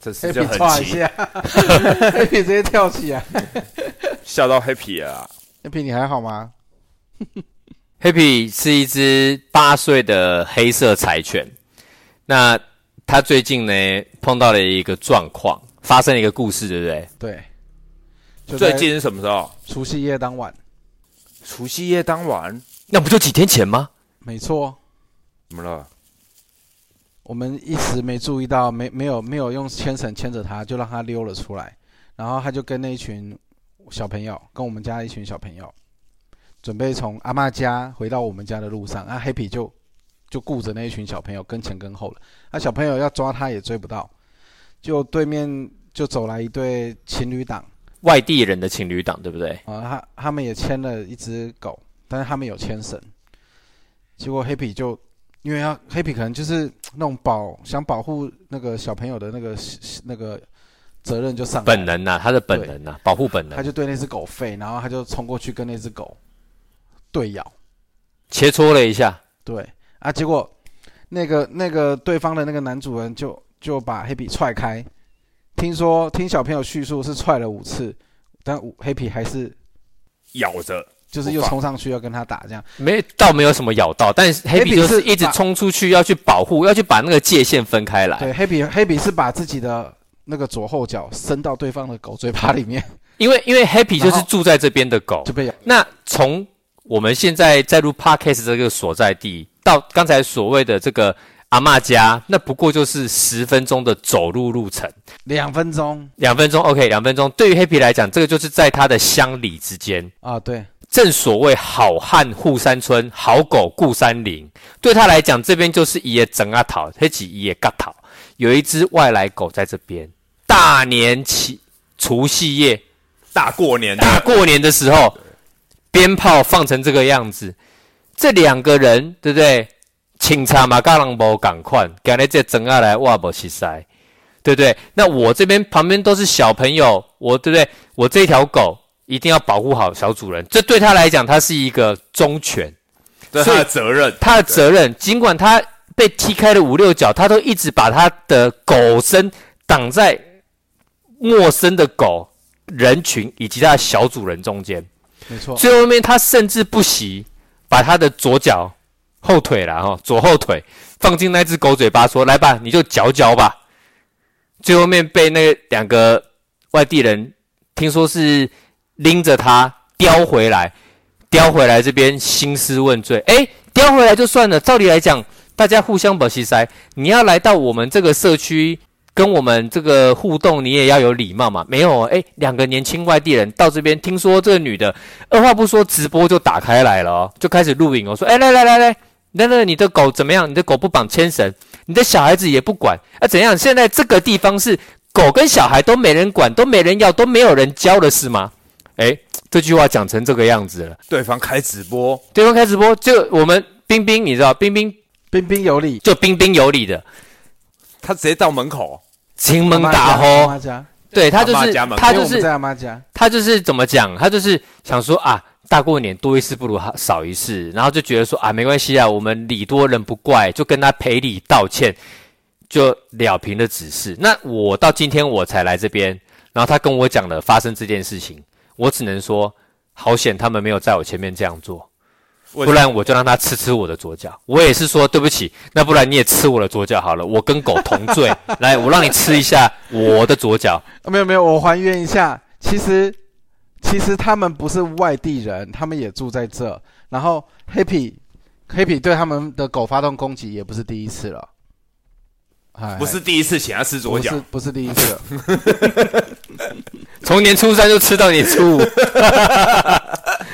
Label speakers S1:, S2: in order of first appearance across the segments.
S1: 这次就
S2: happy
S1: 很
S2: 歘一
S1: 急，
S2: 下，happy 直接跳起来。
S1: 笑到 happy 了啊。
S2: happy 你还好吗？
S3: Happy 是一只八岁的黑色柴犬。那它最近呢碰到了一个状况，发生了一个故事，对不对？
S2: 对，就在
S1: 最近是什么时候？
S2: 除夕夜当晚，
S1: 除夕夜当晚，
S3: 那不就几天前吗？
S2: 没错，
S1: 怎么了？
S2: 我们一时没注意到，没没有没有用牵绳牵着它，就让它溜了出来。然后它就跟那一群小朋友，跟我们家一群小朋友，准备从阿嬷家回到我们家的路上，啊，Happy 就就顾着那一群小朋友跟前跟后了。那、小朋友要抓它也追不到，就对面就走来一对情侣档。
S3: 外地人的情侣档，对不对？
S2: 啊，他他们也牵了一只狗，但是他们有牵绳。结果 Happy 就因为他 Happy 可能就是那种保想保护那个小朋友的那个那个责任就上来
S3: 本
S2: 了，
S3: 能呐、它的本能呐、保护本
S2: 他
S3: 能，
S2: 就对那只狗吠，然后他就冲过去跟那只狗对咬，
S3: 切磋了一下。
S2: 对啊，结果那个那个对方的那个男主人就就把 Happy 踹开，听说听小朋友叙述是踹了五次，但五 Happy 还是
S1: 咬着，
S2: 就是
S1: 不
S2: 又
S1: 放
S2: 冲上去要跟他打这样。
S3: 没，倒没有什么咬到，但是
S2: Happy
S3: Happy 就是是一直
S2: 把
S3: 冲出去要去保护，要去把那个界限分开来。
S2: 对，黑比黑比是把自己的那个左后脚伸到对方的狗嘴巴里面，
S3: 因为因为 Happy
S2: 然
S3: 就
S2: 后
S3: 是住在这边的狗
S2: 就，被咬。
S3: 那从我们现在在录 podcast 这个所在地到刚才所谓的这个阿嬷家，那不过就是十分钟的走路路程，
S2: 两分钟
S3: 两分钟 OK，两分钟。对于 Happy 来讲，这个就是在他的乡里之间。
S2: 啊，对，
S3: 正所谓好汉护山村，好狗顾山林。对他来讲，这边就是一夜整啊讨，黑起一夜嘎讨。有一只外来狗在这边，大年起除夕夜
S1: 大过年的
S3: 大过年的时候，鞭炮放成这个样子，这两个人对不对？警察嘛，嘎人无赶快，赶来这整下来，哇不起塞，对不对？那我这边旁边都是小朋友，我对不对？我这条狗一定要保护好小主人，这对他来讲，他是一个忠犬，
S1: 这是他的责任。
S3: 他的责任，尽管他被踢开了五六脚，他都一直把他的狗身挡在陌生的狗人群以及他的小主人中间。
S2: 没错，
S3: 最后面他甚至不惜把他的左脚后腿啦哈、左后腿放进那只狗嘴巴，说：“来吧，你就嚼嚼吧。”最后面被那两个外地人听说是拎着他叼回来，叼回来这边兴师问罪。诶，叼回来就算了，照理来讲，大家互相保西塞，你要来到我们这个社区。跟我们这个互动，你也要有礼貌嘛。没有，诶，两个年轻外地人到这边，听说这个女的二话不说，直播就打开来了哦，就开始录影哦，说，哎、来来来来，那那你的狗怎么样？你的狗不绑牵绳，你的小孩子也不管，啊，怎样？现在这个地方是狗跟小孩都没人管，都没人要，都没有人教的是吗？哎，这句话讲成这个样子了，
S1: 对方开直播，
S3: 对方开直播，就我们冰冰，你知道，冰冰
S2: 彬彬有礼，
S3: 就彬彬有礼的，
S1: 他直接到门口，
S3: 秦
S2: 阿
S3: 门
S2: 妈
S3: 打
S2: 家阿
S3: 吼，
S2: 妈家，
S3: 对他就
S1: 阿嬷
S3: 是
S1: 家门口
S3: 他
S2: 因为
S3: 就
S2: 我们
S3: 是
S2: 在阿妈家，
S3: 他就是怎么讲？他就是想说啊，大过年多一事不如少一事，然后就觉得说啊，没关系啊，我们礼多人不怪，就跟他赔礼道歉，就了平了此事。那我到今天我才来这边，然后他跟我讲了发生这件事情，我只能说好险他们没有在我前面这样做，
S1: 不
S3: 不然我就让他吃吃我的左脚。我也是说对不起，那不然你也吃我的左脚好了，我跟狗同罪，来，我让你吃一下我的左脚。
S2: 啊，没有没有，我还原一下，其实其实他们不是外地人，他们也住在这。然后 Happy Happy 对他们的狗发动攻击也不是第一次了，哎，
S1: 不是第一次请他吃左
S2: 不
S1: 脚
S2: 是，不是第一次了，
S3: 从年初三就吃到年初五，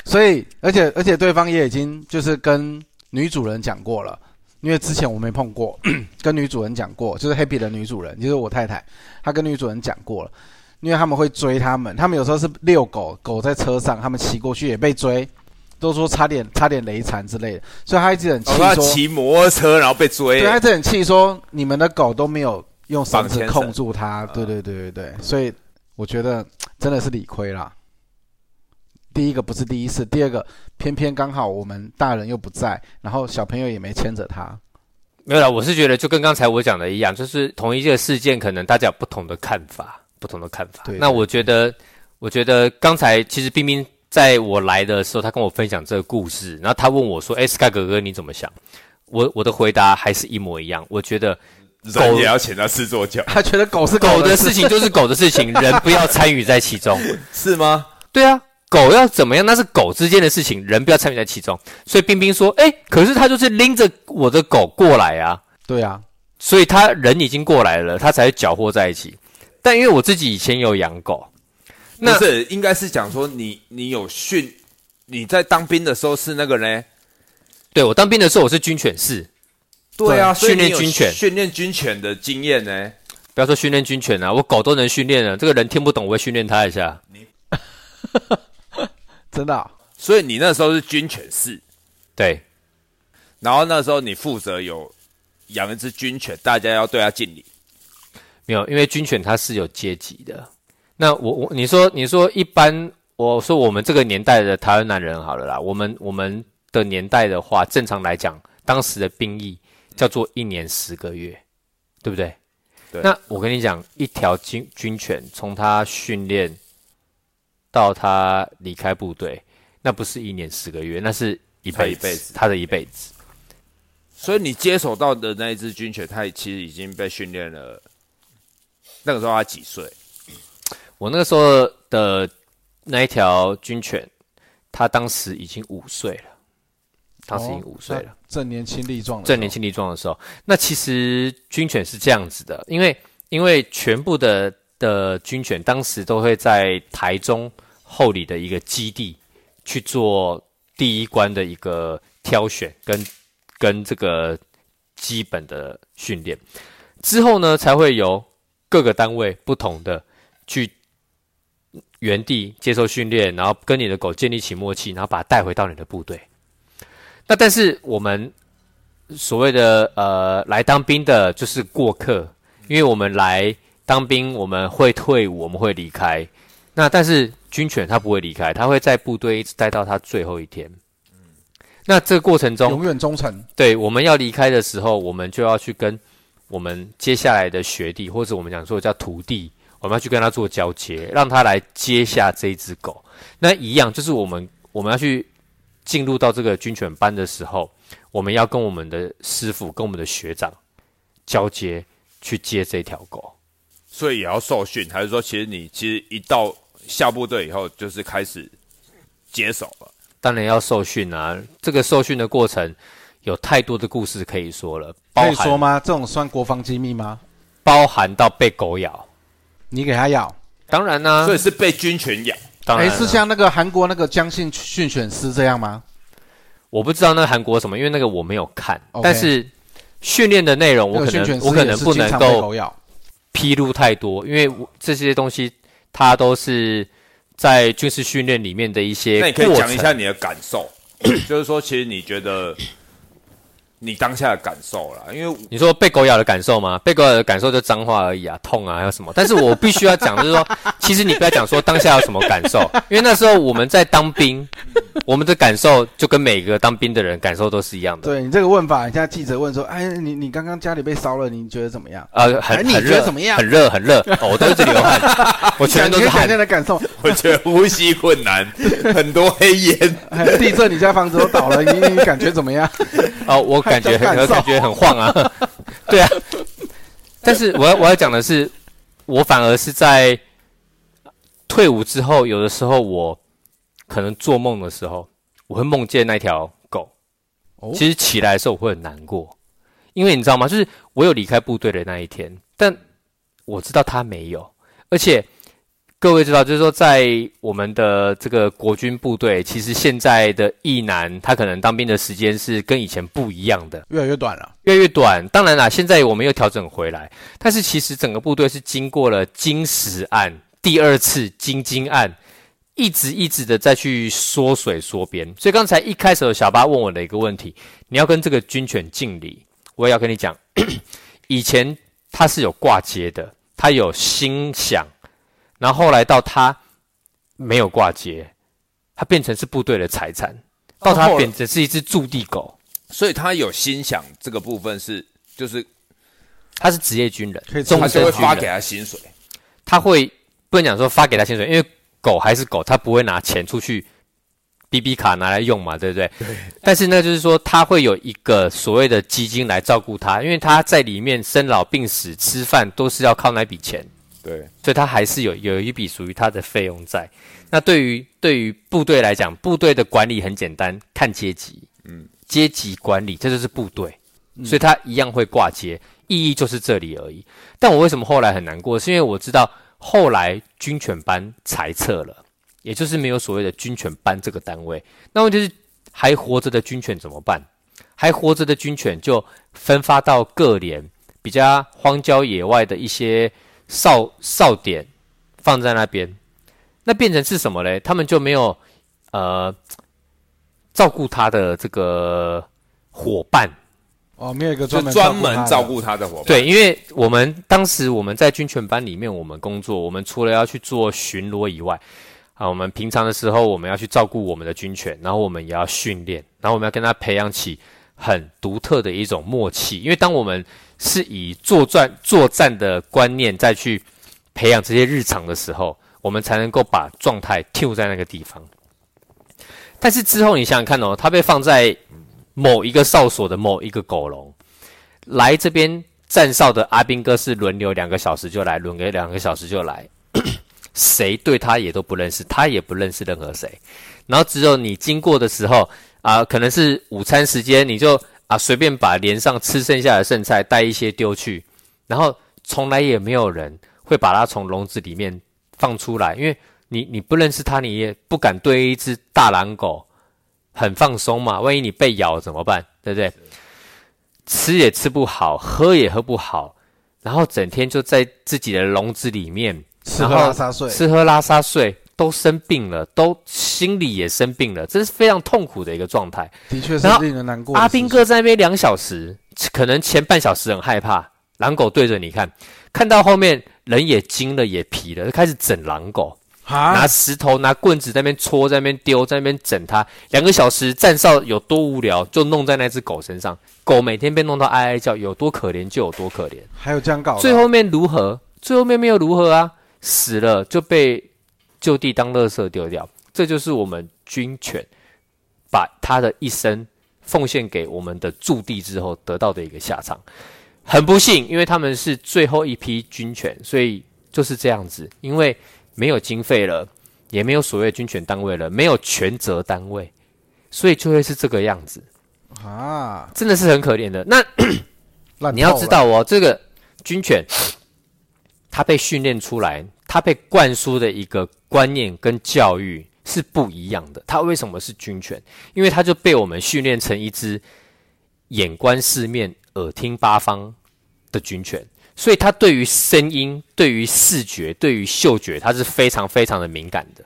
S2: 所以，而且而且对方也已经就是跟女主人讲过了，因为之前我没碰过， 跟女主人讲过，就是 Happy 的女主人，就是我太太，她跟女主人讲过了，因为他们会追他们，他们有时候是遛狗，狗在车上，他们骑过去也被追，都说差点差点雷残之类的，所以他一直很气
S1: 哦他
S2: 说，
S1: 骑摩托车然后被追
S2: 对，，他一直很气说你们的狗都没有用绳
S1: 绑
S2: 子
S1: 牵绳
S2: 控住它，对对对对对，所以我觉得真的是理亏啦。第一个不是第一次，第二个偏偏刚好我们大人又不在，然后小朋友也没牵着他，
S3: 没有啦，我是觉得就跟刚才我讲的一样，就是同一件事件，可能大家有不同的看法，不同的看法。
S2: 对
S3: 那我觉得，我觉得刚才其实冰冰在我来的时候，他跟我分享这个故事，然后他问我说：“哎、s k y 哥哥你怎么想？”我我的回答还是一模一样，我觉得
S1: 人也要请他试坐脚，
S2: 他觉得狗是
S3: 狗
S2: 的
S3: 的事情 就是狗的事情，人不要参与在其中。
S1: 是吗？
S3: 对啊，狗要怎么样？那是狗之间的事情，人不要参与在其中。所以冰冰说：“哎、可是他就是拎着我的狗过来啊，
S2: 对啊，
S3: 所以他人已经过来了，他才会搅和在一起。但因为我自己以前有养狗，
S1: 不
S3: 那
S1: 是，应该是讲说你你有训，你在当兵的时候是那个呢？
S3: 对我当兵的时候我是军犬士，
S1: 对啊，
S3: 对
S1: 所以你
S3: 训练
S1: 有
S3: 军犬
S1: 训练军犬的经验呢？
S3: 不要说训练军犬啊，我狗都能训练了。这个人听不懂，我会训练他一下。
S2: 真的啊、
S1: 所以你那时候是军犬士，
S3: 对
S1: 然后那时候你负责有养一只军犬，大家要对它敬礼。
S3: 没有，因为军犬它是有阶级的。那我我你说你说一般，我说我们这个年代的台湾男人好了啦，我们我们的年代的话，正常来讲，当时的兵役叫做一年十个月，对不对？
S1: 对
S3: 那我跟你讲，一条军军犬从它训练到它离开部队，那不是一年十个月，那是一
S1: 它
S3: 辈
S1: 一辈
S3: 子
S1: 子，
S3: 它的一辈子。
S1: 所以你接手到的那一只军犬，它其实已经被训练了。那个时候它几岁？
S3: 我那个时候的那一条军犬，它当时已经五岁了，当时已经五岁了，
S2: 哦，那正年轻力壮的时候，
S3: 正年轻力壮的时候。那其实军犬是这样子的，因为因为全部的的军犬当时都会在台中后里的一个基地去做第一关的一个挑选跟跟这个基本的训练，之后呢才会由各个单位不同的去原地接受训练，然后跟你的狗建立起默契，然后把它带回到你的部队。那但是我们所谓的呃来当兵的就是过客，因为我们来当兵，我们会退伍，我们会离开。那但是军犬它不会离开，它会在部队一直待到它最后一天。那这个过程中，
S2: 永远忠诚，
S3: 对，我们要离开的时候，我们就要去跟我们接下来的学弟，或者我们讲说叫徒弟，我们要去跟他做交接，让他来接下这一只狗。那一样就是我们我们要去进入到这个军犬班的时候，我们要跟我们的师傅、跟我们的学长交接，去接这条狗。
S1: 所以也要受训，还是说其实你其实一到下部队以后就是开始接手了？
S3: 当然要受训啊，这个受训的过程有太多的故事可以说了，包
S2: 可以说
S3: 含
S2: 吗？这种算国防机密吗？
S3: 包含到被狗咬，
S2: 你给他咬，
S3: 当然呢、
S1: 所以是被军犬养，
S3: 当然
S2: 哎，
S3: 啊
S2: 是像那个韩国那个江信训犬师这样吗？
S3: 我不知道那个韩国什么，因为那个我没有看
S2: OK
S3: 但是训练的内容
S2: 那个
S3: 我可
S2: 训犬
S3: 能
S2: 师
S3: 我可
S2: 也
S3: 能
S2: 是
S3: 不
S2: 经
S3: 能
S2: 常被
S3: 够
S2: 狗咬，
S3: 披露太多，因为我这些东西它都是在军事训练里面的一些
S1: 那你可以
S3: 过
S1: 讲一下
S3: 程。
S1: 你的感受，就是说其实你觉得你当下的感受啦，因为
S3: 你说被狗咬的感受吗？被狗咬的感受就脏话而已啊，痛啊，还有什么？但是我必须要讲，就是说， 其实你不要讲说当下有什么感受，因为那时候我们在当兵， 我们的感受就跟每个当兵的人感受都是一样的。
S2: 对你这个问法，人家记者问说，哎，你你刚刚家里被烧了，你觉得怎么样？
S3: 呃，
S2: 哎
S3: 很
S2: 你
S3: 很
S2: 觉得
S3: 热，
S2: 怎么样
S3: 很热，很热，哦，我都一直 流汗，我全身都
S2: 你
S3: 是
S2: 可以想
S3: 汗。
S2: 象的感受，
S1: 我觉得呼吸困难，很多黑烟。
S2: 哎地震，你家房子都倒了，你你感觉怎么 样？
S3: 哦，我感觉
S2: 感
S3: 很
S2: 受
S3: 我感觉很晃啊， 对啊。但是我要我要讲的是，我反而是在退伍之后，有的时候我可能做梦的时候，我会梦见那条狗。
S2: 哦
S3: 其实起来的时候我会很难过，因为你知道吗？就是我有离开部队的那一天，但我知道他没有，而且。各位知道，就是说，在我们的这个国军部队，其实现在的役男，他可能当兵的时间是跟以前不一样的，
S2: 越来越短了，
S3: 越来越短。当然啦，现在我们又调整回来，但是其实整个部队是经过了金石案、第二次金金案，一直一直的再去缩水缩边。所以刚才一开始有小巴问我的一个问题，你要跟这个军犬敬礼，我也要跟你讲， 以前它是有挂接的，它有心想，然后后来到它没有挂接，它变成是部队的财产，到它
S1: 后来
S3: 变成是一只驻地狗。
S1: 所以他有心想这个部分是就是
S3: 他是职业军
S2: 可以
S3: 人，
S2: 终
S3: 终
S1: 他
S3: 身
S1: 就会
S3: 军
S1: 发给
S3: 人，
S1: 他薪水，
S3: 他会不能讲说发给他薪水，因为狗还是狗，他不会拿钱出去 B B 卡拿来用嘛，对不对？但是呢，就是说他会有一个所谓的基金来照顾他，因为他在里面生老病死、吃饭都是要靠那笔钱。
S1: 对，
S3: 所以他还是有有一笔属于他的费用在。那对于对于部队来讲，部队的管理很简单，看阶级，嗯，阶级管理这就是部队，所以他一样会挂阶，意义就是这里而已。但我为什么后来很难过，是因为我知道后来军犬班裁撤了，也就是没有所谓的军犬班这个单位。那问题是还活着的军犬怎么办？还活着的军犬就分发到各连比较荒郊野外的一些哨哨点放在那边，那变成是什么嘞？他们就没有呃照顾他的这个伙伴，
S2: 哦，没有一个
S1: 就
S2: 专门
S1: 专门照
S2: 顾
S1: 顾他的伙伴，
S3: 对，因为我们当时我们在军犬班里面，我们工作，我们除了要去做巡逻以外，啊，我们平常的时候我们要去照顾我们的军犬，然后我们也要训练，然后我们要跟他培养起很独特的一种默契。因为当我们是以作战作战的观念再去培养这些日常的时候，我们才能够把状态 tune 在那个地方。但是之后你想想看哦，他被放在某一个哨所的某一个狗笼，来这边站哨的阿兵哥是轮流两个小时就来，轮流两个小时就来， 谁对他也都不认识，他也不认识任何谁。然后只有你经过的时候啊、可能是午餐时间，你就啊随便把连上吃剩下的剩菜带一些丢去，然后从来也没有人会把它从笼子里面放出来，因为你你不认识它，你也不敢对一只大狼狗很放松嘛，万一你被咬怎么办？对不对？吃也吃不好，喝也喝不好，然后整天就在自己的笼子里面
S2: 吃
S3: 然
S2: 喝
S3: 后
S2: 拉撒睡，
S3: 吃喝拉撒睡，都生病了，都心里也生病了，这是非常痛苦的一个状态。
S2: 的确是
S3: 然后
S2: 令人难过的事情。
S3: 阿兵哥在那边两小时，可能前半小时很害怕，狼狗对着你看，看到后面人也惊了，也皮了，就开始整狼狗。拿
S2: 啊，
S3: 石头、拿棍子在那边戳，在那边丢，在那边整它。两个小时站哨有多无聊，就弄在那只狗身上。狗每天被弄到哀哀叫，有多可怜就有多可怜。
S2: 还有这样搞的，
S3: 最后面如何？最后面没有如何啊，死了就被就地当垃圾丢掉。这就是我们军犬把他的一生奉献给我们的驻地之后得到的一个下场。很不幸，因为他们是最后一批军犬，所以就是这样子。因为没有经费了，也没有所谓的军犬单位了，没有全责单位，所以就会是这个样子，
S2: 啊，
S3: 真的是很可怜的。那
S2: 烂
S3: 你要
S2: 透了
S3: 知，道哦，这个军犬， 它被训练出来，它被灌输的一个观念跟教育是不一样的。它为什么是军犬？因为它就被我们训练成一只眼观四面、耳听八方的军犬，所以它对于声音、对于视觉、对于嗅觉，它是非常非常的敏感的。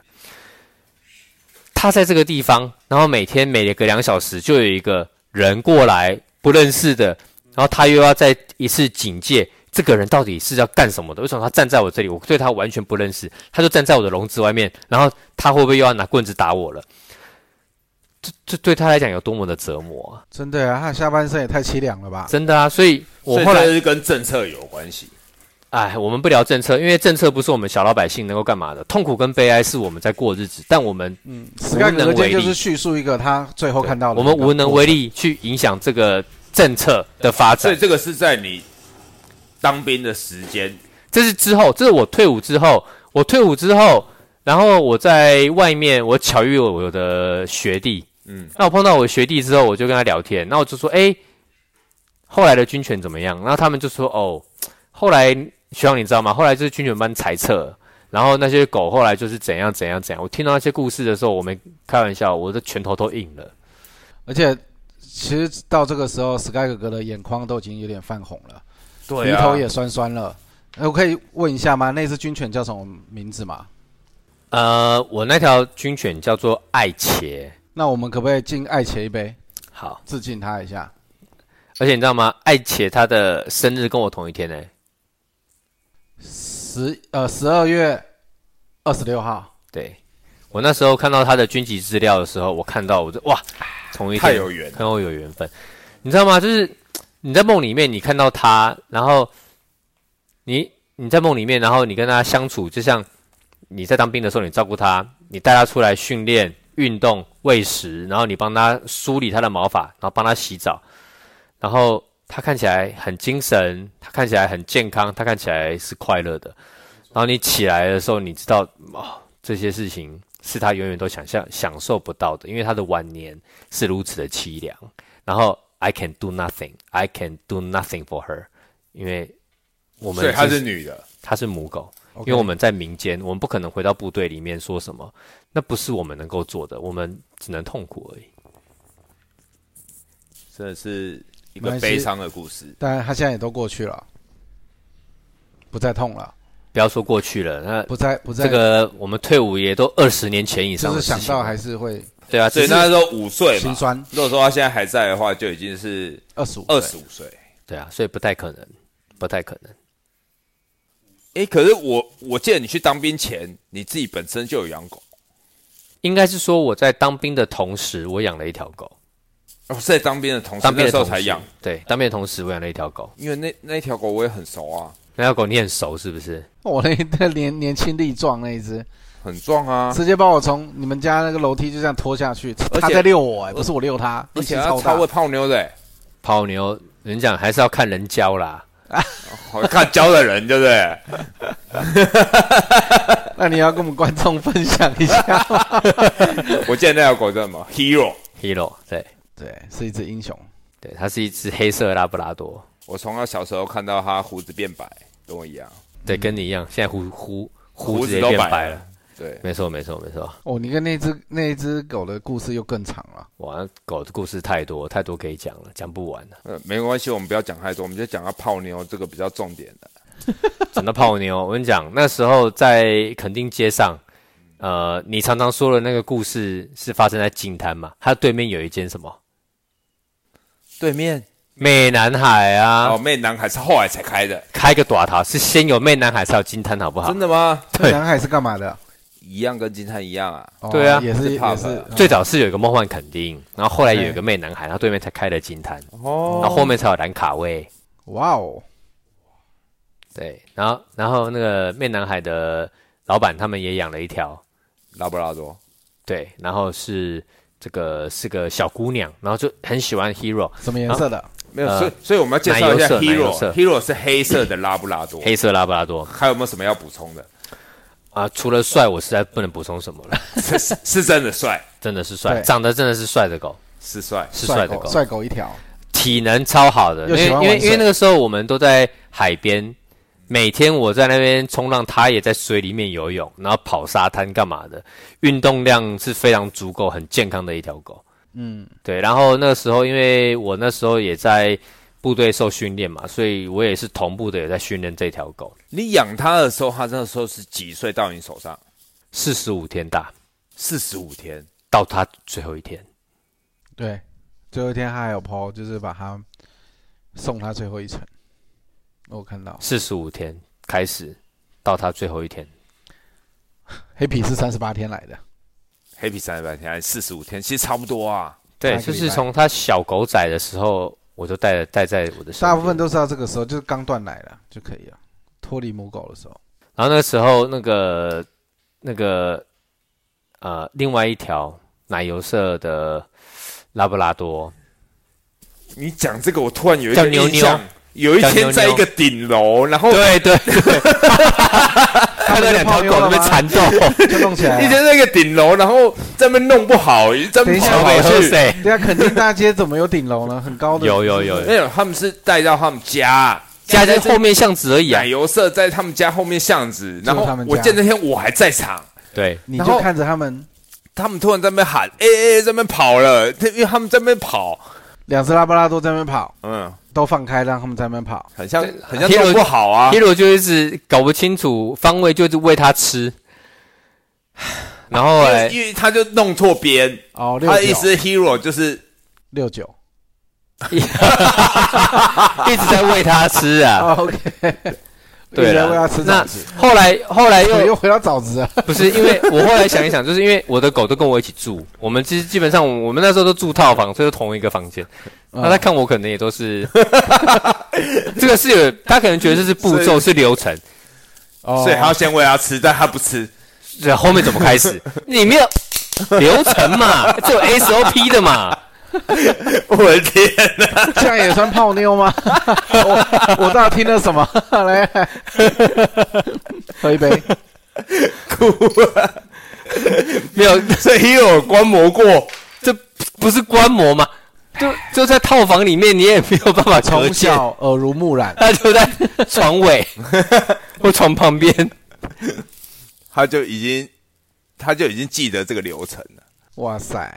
S3: 它在这个地方，然后每天每隔两小时就有一个人过来，不认识的，然后他又要再一次警戒这个人到底是要干什么的？为什么他站在我这里？我对他完全不认识，他就站在我的笼子外面，然后他会不会又要拿棍子打我了？这这对他来讲有多么的折磨啊！
S2: 真的啊，他下半身也太凄凉了吧？
S3: 真的啊，所以我
S1: 所以
S3: 后来
S1: 这是跟政策有关系，
S3: 哎，我们不聊政策，因为政策不是我们小老百姓能够干嘛的。痛苦跟悲哀是我们在过日子，但我们
S2: 史盖格
S3: 无能为
S2: 今
S3: 力
S2: 就是叙述一个他最后看到的，
S3: 我们无能为。力去影响这个政策的发
S1: 所
S3: 展
S1: 以。这个是在你当兵的时间，
S3: 这是之后，这是我退伍之后，我退伍之后，然后我在外面我巧遇我的学弟，
S1: 嗯，
S3: 那我碰到我学弟之后，我就跟他聊天，那我就说，哎、后来的军犬怎么样？然后他们就说，哦，后来学长你知道吗？后来就是军犬班裁撤，然后那些狗后来就是怎样怎样怎样。我听到那些故事的时候，我没开玩笑，我的拳头都硬了。
S2: 而且其实到这个时候，史盖格格的眼眶都已经有点泛红了，
S1: 对
S2: 鼻
S1: 啊，
S2: 头也酸酸了。呃我可以问一下吗？那只军犬叫什么名字吗？
S3: 呃，我那条军犬叫做爱茄，
S2: 那我们可不可以敬爱茄一杯，
S3: 好。
S2: 致敬他一下？
S3: 而且你知道吗？艾且她的生日跟我同一天呢、
S2: 十呃十二月二十六号，
S3: 对我那时候看到她的军籍资料的时候，我看到我就哇，同一天
S1: 太有缘了
S3: 跟我有缘分。你知道吗？就是你在梦里面你看到他，然后你你在梦里面，然后你跟他相处，就像你在当兵的时候，你照顾他，你带他出来训练、运动、喂食，然后你帮他梳理他的毛发，然后帮他洗澡，然后他看起来很精神，他看起来很健康，他看起来是快乐的。然后你起来的时候，你知道哦，这些事情是他永远都想象享受不到的，因为他的晚年是如此的凄凉。然后 I can do nothing, I can do nothing for her，因为我们
S4: 所以她
S3: 已经
S4: 是女的，
S3: 她是母狗，
S2: OK
S3: 因为我们在民间，我们不可能回到部队里面说什么，那不是我们能够做的，我们只能痛苦而已。
S4: 真的是一
S2: 没
S4: 个
S2: 关系
S4: 悲伤的故事。
S2: 当然他现在也都过去了，不再痛了，
S3: 不要说过去了，那
S2: 不再不再
S3: 这个我们退伍也都二十年前以上
S2: 就
S3: 的
S2: 是
S3: 事情
S2: 想
S3: 了，
S2: 到还是会
S3: 对啊，
S4: 所以
S3: 只是
S4: 那时候五岁嘛
S2: 心，酸。
S4: 如果说她现在还在的话，就已经是
S2: 二十五，
S4: 二十五岁。
S3: 对啊，所以不太可能，不太可能。
S4: 诶，可是我我记得你去当兵前，你自己本身就有养狗，
S3: 应该是说我在当兵的同时，我养了一条狗。
S4: 哦，是在当兵的同时，
S3: 当兵
S4: 那
S3: 的
S4: 时候
S3: 同时
S4: 才养，，
S3: 对，当兵的同时我养了一条狗。
S4: 因为那那一条狗我也很熟啊，
S3: 那条狗你很熟是不是？
S2: 我那那年年轻力壮那一只，
S4: 很壮啊，
S2: 直接把我从你们家那个楼梯就这样拖下去，
S4: 而且
S2: 他在遛我、哎，不是我遛他，
S4: 而且
S2: 力气
S4: 它
S2: 超大
S4: 超会泡妞的、欸，
S3: 泡妞，人讲还是要看人教啦。
S4: 好看教的人，对不对？
S2: 那你要跟我们观众分享 一下，
S4: 我记得那条狗叫什么？Hero。
S3: Hero，对
S2: 对，是一只英雄，
S3: 对，它是一只黑色的拉布拉多，
S4: 我从他小时候看到他胡子变白，跟我一样，
S3: 对，跟你一样，现在胡胡胡
S4: 嗯胡
S3: 子
S4: 子
S3: 也
S4: 都
S3: 变
S4: 白
S3: 白
S4: 了
S3: 了。
S4: 对，
S3: 没错，没错，没错。
S2: 哦，你跟那只那只狗的故事又更长了，
S3: 哇，狗的故事太多，太多可以讲了，讲不完了。
S4: 呃，没关系，我们不要讲太多，我们就讲他泡妞这个比较重点的。
S3: 讲到泡妞，我跟你讲，那时候在垦丁街上，呃，你常常说的那个故事是发生在金滩嘛？它对面有一间什么
S4: 对面
S3: 美男海啊，
S4: 哦，妹男孩是后来才开的，
S3: 开个短桃是先有媚男海才有金滩，好不好
S4: 真？的吗？
S2: 那
S3: 对
S2: 男孩是干嘛的？
S4: 一样跟金叹一样啊，
S2: 哦
S3: 对啊
S2: 也是
S4: 是
S2: 也
S4: pub
S2: 是嗯
S4: 啊，
S3: 最早是有一个梦幻垦丁，然后后来有一个媚男孩，然后对面才开了金滩，然后
S4: 哦，
S3: 后面才有兰卡威。
S2: 哇哦，
S3: 对，然后然后那个媚男孩的老板他们也养了一条，
S4: 拉布拉多，
S3: 对，然后是这个是个小姑娘，然后就很喜欢 Hero
S2: 什么颜色的？
S4: 没有，
S3: 呃
S4: 所以所以我们要介绍一下
S3: 奶油色
S4: Hero，Hero 是黑色的拉布拉多，
S3: 黑色拉布拉多
S4: 还有没有什么要补充的？
S3: 啊，除了帅，我实在不能补充什么 了，
S4: 是是是真的帅，
S3: 真的是帅，
S2: 对
S3: 长得真的是帅的狗，
S4: 是帅，
S3: 是帅的
S2: 狗，
S3: 狗，
S2: 帅狗一条，
S3: 体能超好的，因
S2: 又
S3: 为
S2: 喜欢玩
S3: 因为
S2: 水
S3: 因为那个时候我们都在海边，每天我在那边冲浪，他也在水里面游泳，然后跑沙滩干嘛的，运动量是非常足够、很健康的一条狗。
S2: 嗯，
S3: 对，然后那个时候因为我那时候也在部队受训练嘛，所以我也是同步的也在训练这条狗，
S4: 你养它的时候，它那时候是几岁到你手上？
S3: 四十五天大，
S4: 四十五天，
S3: 到它最后一天，
S2: 对，最后一天他还有抛，就是把他送他最后一程，我看到
S3: 四十五天开始到它最后一天，
S2: 黑皮是三十八天来的，
S4: 黑皮三十八天，哎四十五天，其实差不多啊。
S3: 对，
S2: 哪一个
S3: 就
S2: 礼
S3: 是
S2: 拜
S3: 从它小狗仔的时候。我就带带在我的身
S2: 大
S3: 边
S2: 部分都是到这个时候，就是刚断奶了就可以了，脱离母狗的时候。
S3: 然后那时候那个那个呃，另外一条奶油色的拉布拉多，
S4: 你讲这个，我突然有一
S3: 叫
S4: 个
S3: 妞
S4: 印象
S3: 妞
S4: 有一
S3: 叫妞
S4: 天
S3: 妞
S4: 在一个顶楼，然后
S2: 哦
S3: 对对，看到两条狗在那边缠 斗，
S2: 就弄起来
S4: 一
S2: 了。
S4: 天在一个顶楼，然后在那边弄不好，在那
S2: 等一
S4: 边
S2: 下
S4: 跑来
S3: 小美
S4: 跑
S3: 喝
S4: 去。
S3: 水，
S2: 对啊，肯定大街怎么有顶楼呢？很高的。
S3: 有有有
S4: 没有，他们是带到他们家，
S3: 加在后面巷子而已啊
S4: 奶。油色在他们家后面巷子，然后
S2: 就是他们家
S4: 我见那天我还在场，
S3: 对，
S2: 你
S4: 然
S2: 就
S4: 后
S2: 看着他们
S4: 他们突然在那边喊，哎、哎、哎在那边跑了，因为他们在那边跑，
S2: 两只拉布拉多在那边跑，
S4: 嗯，
S2: 都放开让他们在那边跑。
S4: 很像
S3: 对
S4: 很像
S3: 贴了
S4: 弄不好啊
S3: 黑，罗就一直搞不清楚方位，就是喂它吃，然后 哎，
S4: 因为他就弄错边，
S2: 哦，六
S4: 他的意
S2: 九
S4: 思是 hero 就是
S2: 六九。
S3: 一直在喂它吃啊。
S2: 哦 OK，
S3: 对啊
S2: 人为
S3: 了
S2: 要吃，哎
S3: 那
S2: 枣子，
S3: 后来后来
S2: 我
S3: 又
S2: 又回到枣子了。
S3: 不是因为我后来想一想，就是因为我的狗都跟我一起住，我们其实基本上我们那时候都住套房，所以都同一个房间。那他看我可能也都是， 这个是有他可能觉得这是步骤是流程，
S2: 哦
S4: 所以他要先喂它吃，但它不吃。
S3: 然后后面怎么开始？你没有流程嘛，这有 SOP 的嘛。哦
S4: 我的天，
S2: 这样也算泡妞 吗？我我到底听了什么？ 来， 喝一杯。
S3: 没有，
S4: 所以因为我观摩过，
S3: 这不是观摩嘛？就就在套房里面，你也没有办法隔
S2: 从
S3: 间，
S2: 小耳濡目染，
S3: 他就在床尾或床旁边。
S4: 他就已经他就已经记得这个流程了。
S2: 哇塞！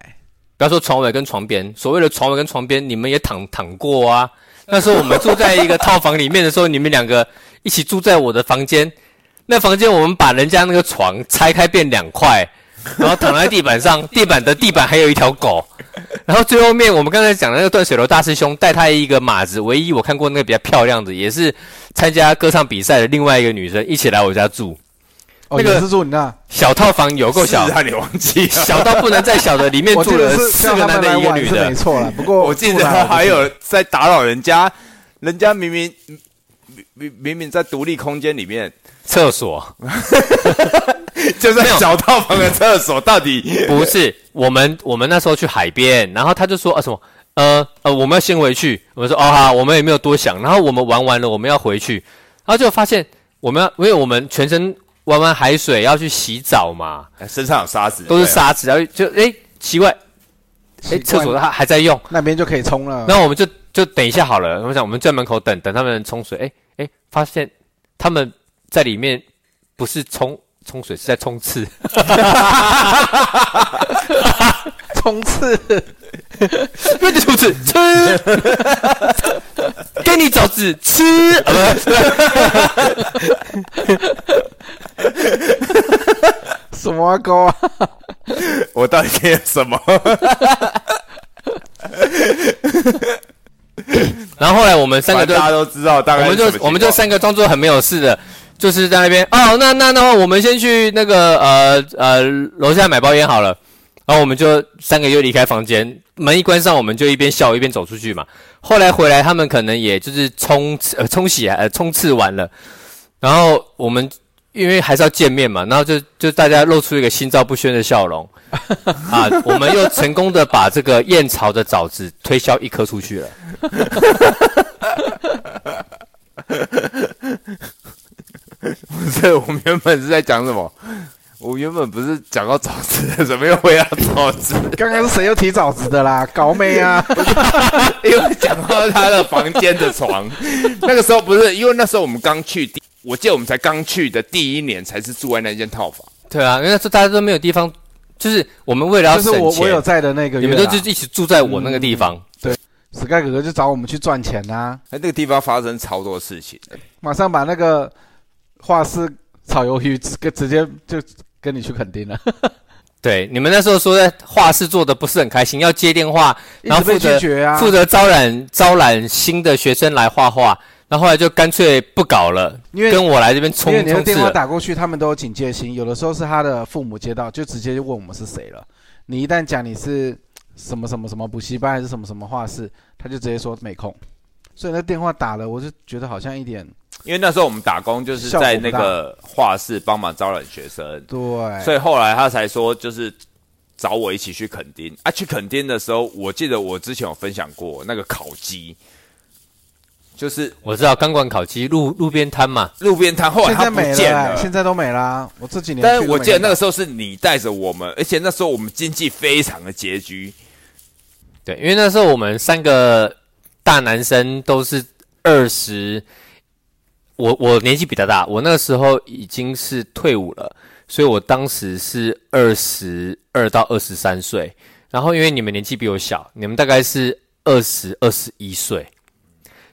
S3: 不要说床尾跟床边，所谓的床尾跟床边，你们也躺躺过啊。那时候我们住在一个套房里面的时候，你们两个一起住在我的房间，那房间我们把人家那个床拆开变两块，然后躺在地板上， 地板的地板还有一条狗。然后最后面我们刚才讲的那个断水流大师兄带他一个马子，唯一我看过那个比较漂亮的，也是参加歌唱比赛的另外一个女生一起来我家住，
S2: 哦，
S3: 那个
S2: 也是住你那，
S3: 小套房有够小
S4: 是，啊，你忘 记了？
S3: 小到不能再小的，里面
S2: 我
S3: 住
S2: 记
S3: 了
S2: 得是
S3: 四
S2: 叫
S3: 个
S2: 他
S3: 男
S2: 们
S3: 的
S2: 来
S3: 一个
S2: 玩
S3: 女
S2: 是
S3: 的
S2: 没。错了，不
S3: 哦
S2: 哎过
S4: 我记
S2: 住
S4: 得
S2: 哪
S4: 还
S2: 不
S4: 有在打扰人家，人家明明明明明明在独立空间里 面，
S3: 厕所
S4: 就在
S3: 没有
S4: 小套房的厕所，到底
S3: 不是我们，我们那时候去海边，然后他就说啊什么呃呃，我们要先回去。我们说哦好，我们也没有多想。然后我们玩完了，我们要回去，然后就发现我们要，因为我们全身玩完海水要去洗澡嘛，
S4: 哎身上有沙子，
S3: 都是沙子，然后就哎奇怪，哎
S2: 习惯
S3: 厕所还还在用，
S2: 那边就可以冲了。
S3: 那我们就就等一下好了。我们想我们在门口等等他们冲水，哎哎发现他们在里面不是冲冲水，是在冲 刺。
S2: 冲刺，
S3: 不是兔子吃， 给你枣子 吃，啊不是
S2: 什么啊勾啊？
S4: 对。我到底听了什么？
S3: 然后后来我们三
S4: 反
S3: 个
S4: 正
S3: 都，
S4: 大家都知道，大
S3: 我
S4: 概是
S3: 们
S4: 什么
S3: 就
S4: 情
S3: 我们就
S4: 况
S3: 三个装作很没有事的，就是在那边哦，那那那我们先去那个呃呃楼下买包烟好了。然后我们就三个又离开房间，门一关上，我们就一边笑一边走出去嘛。后来回来，他们可能也就是冲刺呃冲洗呃冲刺完了，然后我们因为还是要见面嘛，然后就就大家露出一个心照不宣的笑容啊，我们又成功的把这个燕巢的枣子推销一颗出去了。
S4: 不 是，我们原本是在讲什么？我原本不是讲到枣子，怎么又回到枣子？
S2: 刚刚是谁又提枣子的啦？搞妹啊！
S4: 因为讲到他的房间的床，那个时候不是，因为那时候我们刚去第，我记得我们才刚去的第一年，才是住在那间套房。
S3: 对啊，因为那时候大家都没有地方，就是我们为了要
S2: 就是
S3: 省
S2: 我我有
S3: 钱，
S2: 在的那个
S3: 你
S2: 月啊嗯
S3: 们
S2: 啦，
S3: 都就一起住在我那个地方。
S2: Sky 哥哥就找我们去赚钱呐、
S4: 那那个地方发生超多事情，
S2: 马上把那个画室炒鱿鱼直直接就跟你去垦丁了，
S3: 对，你们那时候说在画室做的不是很开心，要接电话，
S2: 一
S3: 然后
S2: 直被
S3: 负责
S2: 拒绝啊
S3: 负。责招揽招揽新的学生来画画，然后后来就干脆不搞了，
S2: 因为
S3: 跟我来这边冲
S2: 因为你的
S3: 冲刺
S2: 电话
S3: 了。
S2: 打过去，他们都有警戒心，有的时候是他的父母接到，就直接就问我们是谁了。你一旦讲你是什么什么什么补习班还是什么什么画室，他就直接说没空。所以那电话打了，我就觉得好像一点
S4: 因为那时候我们打工就是在那
S2: 效果
S4: 个画室帮忙招揽学生，
S2: 对，
S4: 所以后来他才说就是找我一起去垦丁啊。去垦丁的时候，我记得我之前有分享过那个烤鸡，就是
S3: 我知道钢管烤鸡路路边摊嘛，
S4: 路边摊，后来
S2: 现
S4: 他
S2: 在
S4: 不
S2: 没
S4: 见
S2: 哎现在都没啦。我这几年
S4: 但
S2: 去
S4: 是
S2: 都
S4: 我
S2: 没
S4: 记得那个
S2: 看
S4: 时候是你带着我们，而且那时候我们经济非常的拮据，
S3: 对，因为那时候我们三个大男生都是二十，我我年纪比他大，我那个时候已经是退伍了，所以我当时是二十二到二十三岁。然后因为你们年纪比我小，你们大概是二十二十一岁，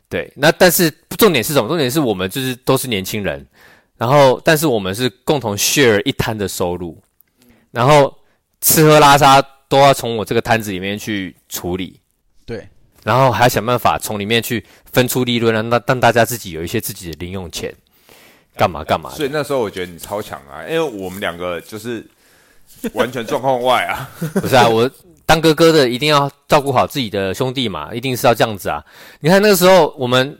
S3: 对。那但是重点是什么？重点是我们就是都是年轻人，然后但是我们是共同 share 一摊的收入，然后吃喝拉撒都要从我这个摊子里面去处理，
S2: 对，
S3: 然后还要想办法从里面去分出利润，让大让大家自己有一些自己的零用钱。干嘛干嘛
S2: 啊
S3: 的。
S4: 所以那时候我觉得你超强啊，因为我们两个就是完全状况外啊。
S3: 不是啊，我当哥哥的一定要照顾好自己的兄弟嘛，一定是要这样子啊。你看那个时候我们，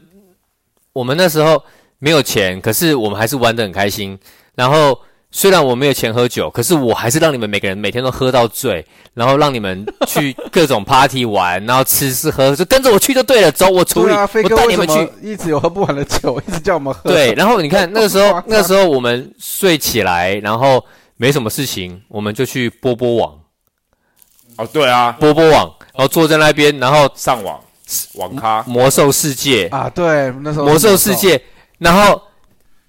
S3: 我们那时候没有钱，可是我们还是玩得很开心。然后虽然我没有钱喝酒，可是我还是让你们每个人每天都喝到醉，然后让你们去各种 party 玩， 然后吃吃喝，就跟着我去就对了。走，我处
S2: 对
S3: 理，
S2: 啊，飞
S3: 我
S2: 哥
S3: 带
S2: 为
S3: 你
S2: 什
S3: 们
S2: 么
S3: 去。
S2: 一直有喝不完的酒，一直叫我们喝？
S3: 对，然后你看那个时
S2: 我不
S3: 候
S2: 夸，张
S3: 那个时候我们睡起来，然后没什么事情，我们就去波波网，
S4: 哦，对啊，
S3: 波波网，然后坐在那边，然后
S4: 上网网咖，
S3: 魔兽世界，
S2: 啊，对，那时候
S3: 魔兽世界，然后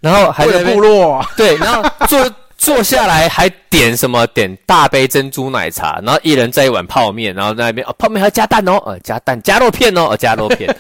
S3: 然后还
S2: 哦为
S3: 在
S2: 了
S3: 那边
S2: 部落啊，
S3: 对，然后坐 坐下来还点什么点大杯珍珠奶茶，然后一人在一碗泡面，然后在那边哦泡面还要加蛋哦，呃加蛋加肉片哦，呃加 肉片，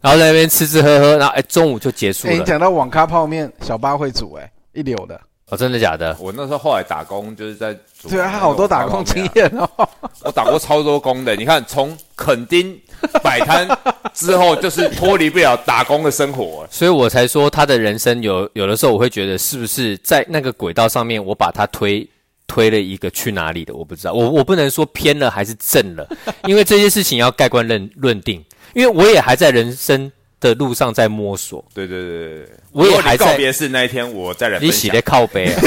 S3: 然后在那边吃吃喝喝，然后哎中午就结束
S2: 哎，你
S3: 了，
S2: 讲到网咖泡面，小八会煮，哎，一流的。
S3: 哦真的假的？
S4: 我那时候后来打工就是在煮
S2: 对啊，
S4: 那
S2: 他
S4: 种
S2: 好多打工
S4: 泡面
S2: 经
S4: 啊
S2: 验哦。
S4: 我打过超多工的，你看从垦丁摆摊之后，就是脱离不了打工的生活。
S3: 所以我才说他的人生有有的时候我会觉得是不是在那个轨道上面，我把他推推了一个去哪里的，我不知道，我我不能说偏了还是正了， 因为这些事情要盖棺论论定，因为我也还在人生的路上在摸索，
S4: 对对对对对，
S3: 我也
S4: 如果你
S3: 还在
S4: 告别式那一天，我再哎来分
S3: 你洗
S4: 享
S3: 的。靠背、啊，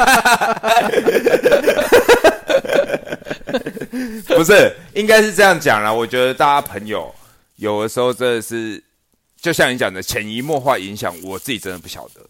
S4: 不是，应该是这样讲啦。我觉得大家朋友有的时候真的是，就像你讲的，潜移默化影响，我自己真的不晓得，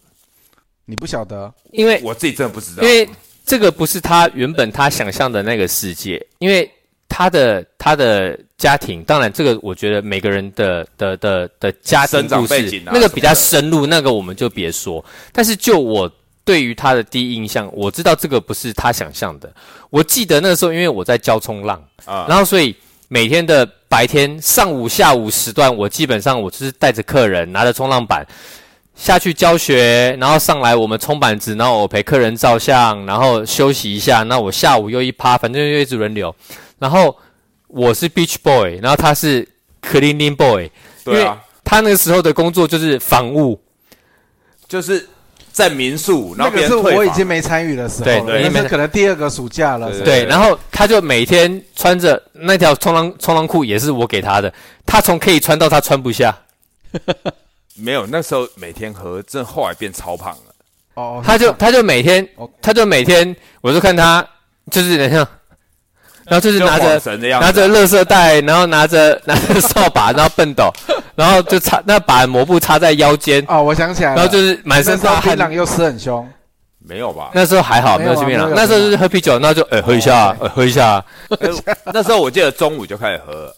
S2: 你不晓得，
S3: 因为
S4: 我自己真的不知道
S3: 因。为这个不是他原本他想象的那个世界，因为他的他的家庭，当然这个我觉得每个人的的的的家庭
S4: 生长
S3: 故事
S4: 背景啊
S3: 那个比较
S4: 什
S3: 深入，那个我们就别说。但是就我对于他的第一印象，我知道这个不是他想象的。我记得那个时候，因为我在教冲浪，
S4: 啊
S3: 然后所以每天的白天上午、下午时段，我基本上我就是带着客人拿着冲浪板下去教学，然后上来我们冲板子，然后我陪客人照相，然后休息一下。那我下午又一趴，反正就一直轮流。然后我是 Beach Boy，然后他是 Cleaning Boy，
S4: 对啊，
S3: 他那个时候的工作就是房务。
S4: 就是在民宿，然
S2: 那
S4: 后
S2: 个
S4: 别
S2: 是
S4: 人退
S2: 我已
S4: 房
S2: 经没参与的时候
S3: 对
S2: 了，
S3: 对
S2: 那
S3: 没
S2: 是可能第二个暑假了。
S4: 对
S3: 对，然后他就每天穿着那条冲浪冲浪裤，也是我给他的。他从可以穿到他穿不下，
S4: 没有，那时候每天喝，真的后来变超胖了。
S2: 哦，
S3: 他就他就每天
S2: OK
S3: 他就每天，我就看他就是等一下， 然后就是
S4: 就
S3: 拿
S4: 晃
S3: 着
S4: 神的样子，
S3: 拿着垃圾袋，然后拿着 拿着扫把，然后笨斗，然后就插那把抹布插在 腰间，
S2: 哦，我想起来了，
S3: 然后就是满身
S2: 那时
S3: 大
S2: 候
S3: 汗
S2: 槟。榔又吃很凶，
S4: 没有吧？
S3: 那时候还好，
S2: 没有
S3: 没
S2: 啊
S3: 有去槟
S2: 没
S3: 榔
S2: 有，哦
S3: 那时候就是喝啤酒，那就呃喝一下啊，呃喝一下啊。
S4: 那时候我记得中午就开始喝了，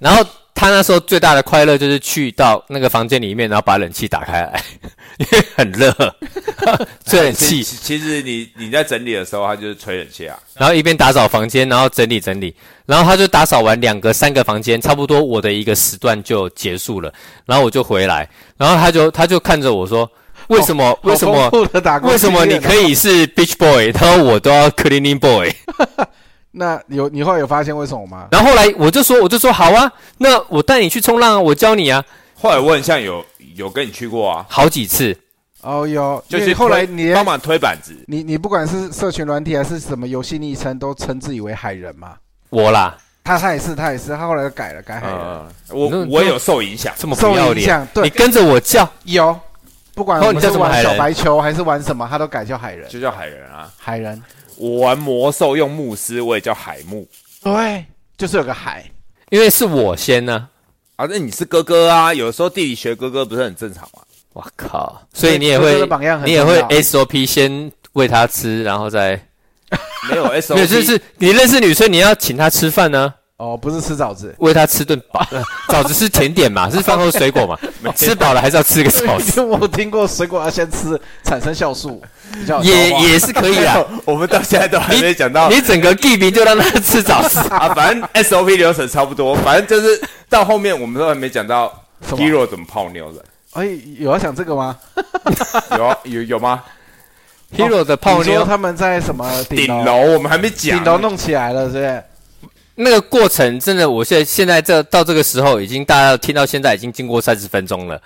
S3: 然后他那时候最大的快乐就是去到那个房间里面，然后把冷气打开来， 因为很热， 吹冷
S4: 其
S3: 气，
S4: 其其实你你在整理的时候，他就是吹冷气啊。
S3: 然后一边打扫房间，然后整理整理，然后他就打扫完两个三个房间，差不多我的一个时段就结束了，然后我就回来，然后他就他就看着我
S2: 哦
S3: 说，为什么、为什
S2: 好
S3: 么？
S2: 丰富的打工
S3: 为什么
S2: 经
S3: 你
S2: 验啊
S3: 可？以是 beach boy，他说我都要 cleaning boy，
S2: 那有你后来有发现为什么吗？
S3: 然后后来我就说我就说好啊，那我带你去冲浪啊，我教你啊，
S4: 后来我很像有有跟你去过啊，
S3: 好几次，
S2: 哦哟，
S4: 就
S2: 因为
S4: 是
S2: 后来
S4: 推
S2: 你连
S4: 帮忙推板子，
S2: 你你不管是社群软体还是什么游戏昵称，都称自己为海人嘛。
S3: 我啦，
S2: 他他也是他也是，他后来改了改海人，
S4: 嗯，我
S3: 那
S4: 我有受影响，
S3: 这么啊不
S2: 受
S3: 要
S2: 影
S3: 脸。
S2: 响
S3: 你
S2: 对
S3: 跟着我叫，
S2: 有，不管
S3: 哦
S2: 我
S3: 你
S2: 们
S3: 叫
S2: 是
S3: 什么海
S2: 玩
S3: 人
S2: 小白球还是玩什么，他都改叫海人。
S4: 就叫海人啊。
S2: 海人
S4: 我玩魔兽用牧师，我也叫海牧
S2: 对，就是有个海。
S3: 因为是我先呢、
S4: 啊。那你是哥哥啊，有时候地理学哥哥不是很正常吗？
S3: 我靠，所以你也
S2: 哥哥
S3: 会
S2: 的榜样很
S3: 你也
S2: 重
S3: 会
S2: 要
S3: SOP 先喂他吃，然后再
S4: 没 有 S O
S3: 没有，就是你认识女生，你要请她吃饭呢，
S2: 哦，不是吃枣子，
S3: 喂她吃顿饱， 枣子是甜点嘛，是饭后水 果嘛，吃饱了还是要吃个
S2: 对
S3: 枣子，
S2: 我听过水果要先吃，产生酵素，比较有
S3: 也
S2: 消化
S3: 也是可以 啦。
S4: 我们到现在都还没讲到，
S3: 你整个地名就让他吃枣子
S4: 啊，反正 S O P 流程差不多，反正就是到后面我们都还没讲到
S2: 什么？
S4: Hero 怎么泡妞的，
S2: 哎，有要讲这个吗？
S4: 有啊有有吗？
S3: Hero 的泡
S2: 你说
S3: 妞
S2: 他们在什么
S4: 顶
S2: 楼？
S4: 楼我们还没讲，
S2: 顶楼弄起来了，是不是？
S3: 那个过程真的，我现在现在这到这个时候，已经大家听到现在已经经过三十分钟了。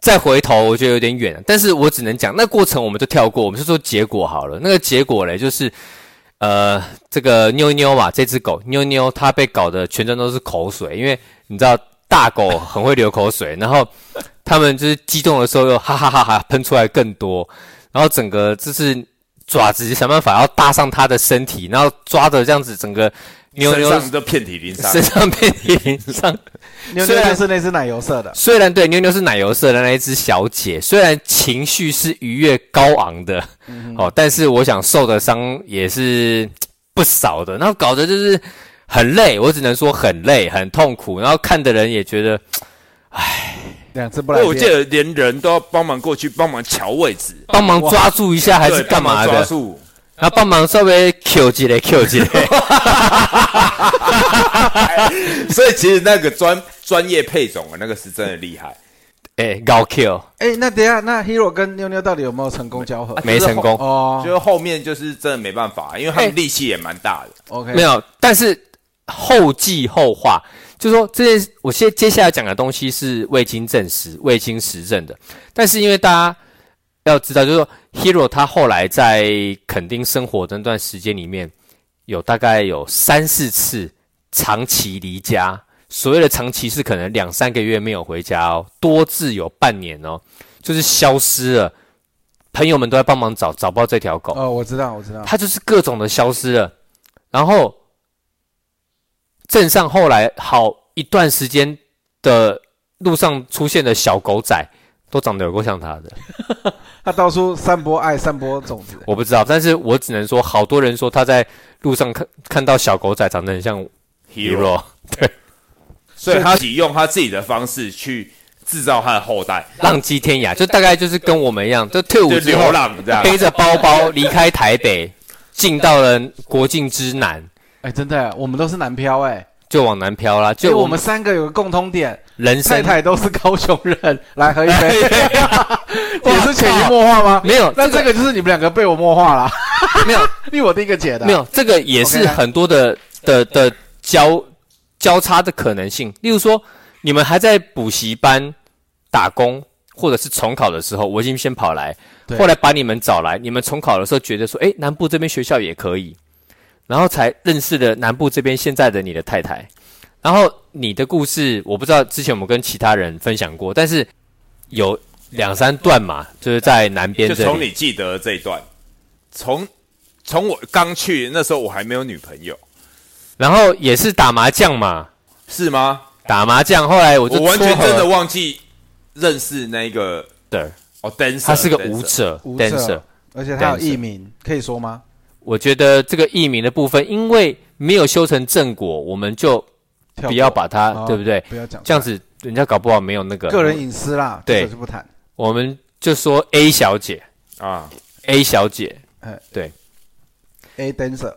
S3: 再回头我觉得有点远，但是我只能讲那过程我们就跳过，我们就说结果好了。那个结果嘞，就是呃，这个妞妞嘛，这只狗妞妞它被搞得全身都是口水，因为你知道大狗很会流口水，然后它们就是激动的时候又哈哈哈哈喷出来更多，然后整个就是爪子想办法要搭上它的身体，然后抓着这样子整个妞
S4: 身
S3: 妞
S4: 上都遍体鳞伤
S3: 身。上遍体鳞伤。
S2: 妞
S3: 虽
S2: 妞
S3: 然
S2: 就是那只奶油色的，
S3: 虽然对妞妞是奶油色的那一只小姐，虽然情绪是愉悦高昂的、
S4: 嗯
S3: 哦，但是我想受的伤也是嘖不少的，然后搞得就是很累，我只能说很累，很痛苦，然后看的人也觉得
S2: 两只不
S4: 因
S2: 来
S4: 为我记
S2: 电。
S4: 得连人都要帮忙过去帮忙瞧位置，
S3: 帮忙抓住一下还是
S4: 对
S3: 干嘛
S4: 帮忙抓
S3: 的，
S4: 住，
S3: 然后帮忙稍微 Q 几嘞 Q 几嘞，
S4: 所以其实那个专专业配种啊，那个是真的厉害。
S3: 哎，搞
S4: 啊
S3: Q
S2: 哎，那等一下，那 Hero 跟妞妞到底有没有成功交合？
S3: 没成功，
S2: 哦
S4: 就是后面就是真的没办法，因为他
S3: 哎
S4: 们力气也蛮大的。
S2: ，OK，
S3: 没有，但是后记后话，就说这件事我接接下来讲的东西是未经证实、未经实证的。但是因为大家要知道，就是说 Hero 他后来在垦丁生活的那段时间里面，有大概有三四次长期离家。所谓的长期是可能两三个月没有回家哦，多至有半年哦，就是消失了。朋友们都在帮忙找，找不到这条狗。
S2: 哦，我知道，我知道，
S3: 他就是各种的消失了。然后镇上后来好一段时间的路上出现的小狗仔，都长得有够像他的。
S2: 他到处散播爱，散播种子。
S3: 我不知道，但是我只能说，好多人说他在路上看看到小狗仔长得很像 Hero，
S4: 所以他自己用他自己的方式去制造他的后代，
S3: 浪迹天涯，就大概就是跟我们一样，就退伍
S4: 就
S3: 之
S4: 流
S3: 后
S4: 浪这样。
S3: 背着包包离开台北，进到了国境之南，
S2: 哎，真的，我们都是南漂哎，
S3: 就往南飘啦。
S2: 就
S3: 就
S2: 哎我们三个有个共通点，
S3: 人
S2: 太
S3: 生哎
S2: 太都是高雄人，来喝一杯，也是潜移默化吗？
S3: 没有
S2: 那
S3: 这个
S2: 这个就是你们两个被我默化了，
S3: 没有
S2: 因为我第一个解的，啊
S3: 没有，这个也是
S2: OK 来
S3: 很多的的的交交叉的可能性。例如说，你们还在补习班打工或者是重考的时候，我已经先跑来，
S2: 对
S3: 后来把你们找来，你们重考的时候觉得说，诶，南部这边学校也可以，然后才认识了南部这边现在的你的太太。然后你的故事，我不知道之前我们跟其他人分享过，但是有两三段嘛，就是在南边
S4: 就
S3: 这
S4: 从
S3: 里。
S4: 你记得的这一段，从从我刚去那时候我还没有女朋友，
S3: 然后也是打麻将嘛，
S4: 是吗？
S3: 打麻将，后来我就
S4: 我完全
S3: 撮合
S4: 真的忘记认识那个
S3: 对，
S4: 哦，dancer，
S3: 他是个
S4: dancer
S3: 舞者
S2: 舞者
S3: dancer。
S2: 而且他有
S3: Dancer
S2: 艺名，可以说吗？
S3: 我觉得这个艺名的部分，因为没有修成正果，我们就
S2: 跳
S3: 不
S2: 过
S3: 要把它，
S2: 哦
S3: 对不对？
S2: 不要讲出来
S3: 这样子人家搞不好没有那个
S2: 个人隐私啦，
S3: 对
S2: 这个就不谈。
S3: 我们就说 A 小姐
S4: 啊，
S3: ，A 小姐
S2: 哎，
S3: 对
S2: ，A dancer，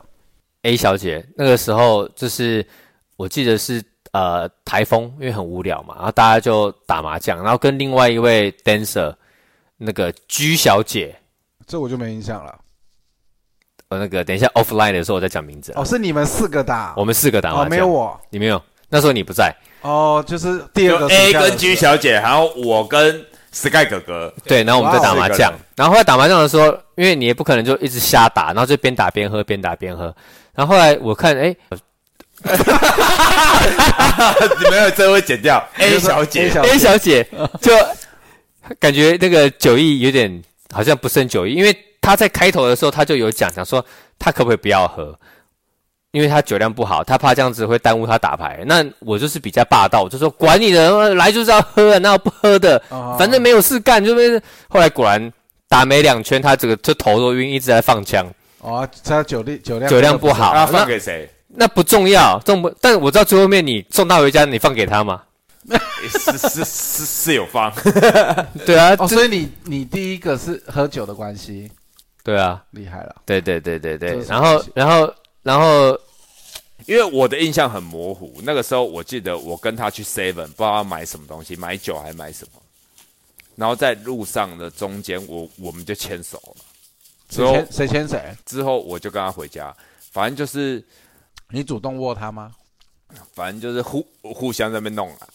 S3: ，A 小姐，那个时候就是我记得是呃台风，因为很无聊嘛，然后大家就打麻将，然后跟另外一位 dancer 那个 G 小姐，
S2: 这我就没印象了。
S3: 呃，那个等一下 offline 的时候我再讲名字，啊
S2: 哦，是你们四个打，
S3: 我们四个打麻啊
S2: 哦
S3: 将，
S2: 没有我，
S3: 你没有，那时候你不在。
S2: 哦，就是第
S4: 就
S2: 二个暑
S4: A
S2: 假的
S4: 跟 G
S2: 时候
S4: 小姐，还有我跟 Sky 哥哥，
S3: 对，然后我们在打麻将
S4: 哇哦，
S3: 然后后来打麻将的时候，因为你也不可能就一直瞎打，然后就边打边喝，边打边喝。然后后来我看，哎，
S4: 你没有这会剪掉 A 小
S2: ，A
S4: 姐
S2: 小
S3: A 哎小姐就感觉那个酒意有点好像不胜酒意，因为她在开头的时候她就有讲，讲说她可不可以不要喝，因为她酒量不好，她怕这样子会耽误她打牌。那我就是比较霸道，我就说管你的，来就是要喝，啊那不喝的，
S2: 哦
S3: 反正没有事干，就是。后来果然打没两圈，她这个就头都晕，一直在放枪，
S2: 哦，他酒力酒量
S3: 酒量不好。
S4: 啊，
S3: 那
S4: 放给谁？
S3: 那不重要，重不？但我知道最后面你送他回家，你放给他嘛？
S4: 是 是是是有放，
S3: 对啊，
S2: 哦，
S3: 这
S2: 所以你你第一个是喝酒的关系，
S3: 对啊，
S2: 厉害了。
S3: 对对对对对
S2: 这。是
S3: 然后，然后，然后，
S4: 因为我的印象很模糊。那个时候我记得我跟他去 Seven，不知道要买什么东西，买酒还买什么。然后在路上的中间，我我们就牵手了。之
S2: 谁
S4: 后
S2: 牵谁牵谁？
S4: 之后我就跟他回家，反正就是
S2: 你主动握他吗？
S4: 反正就是互互相在那边弄啊。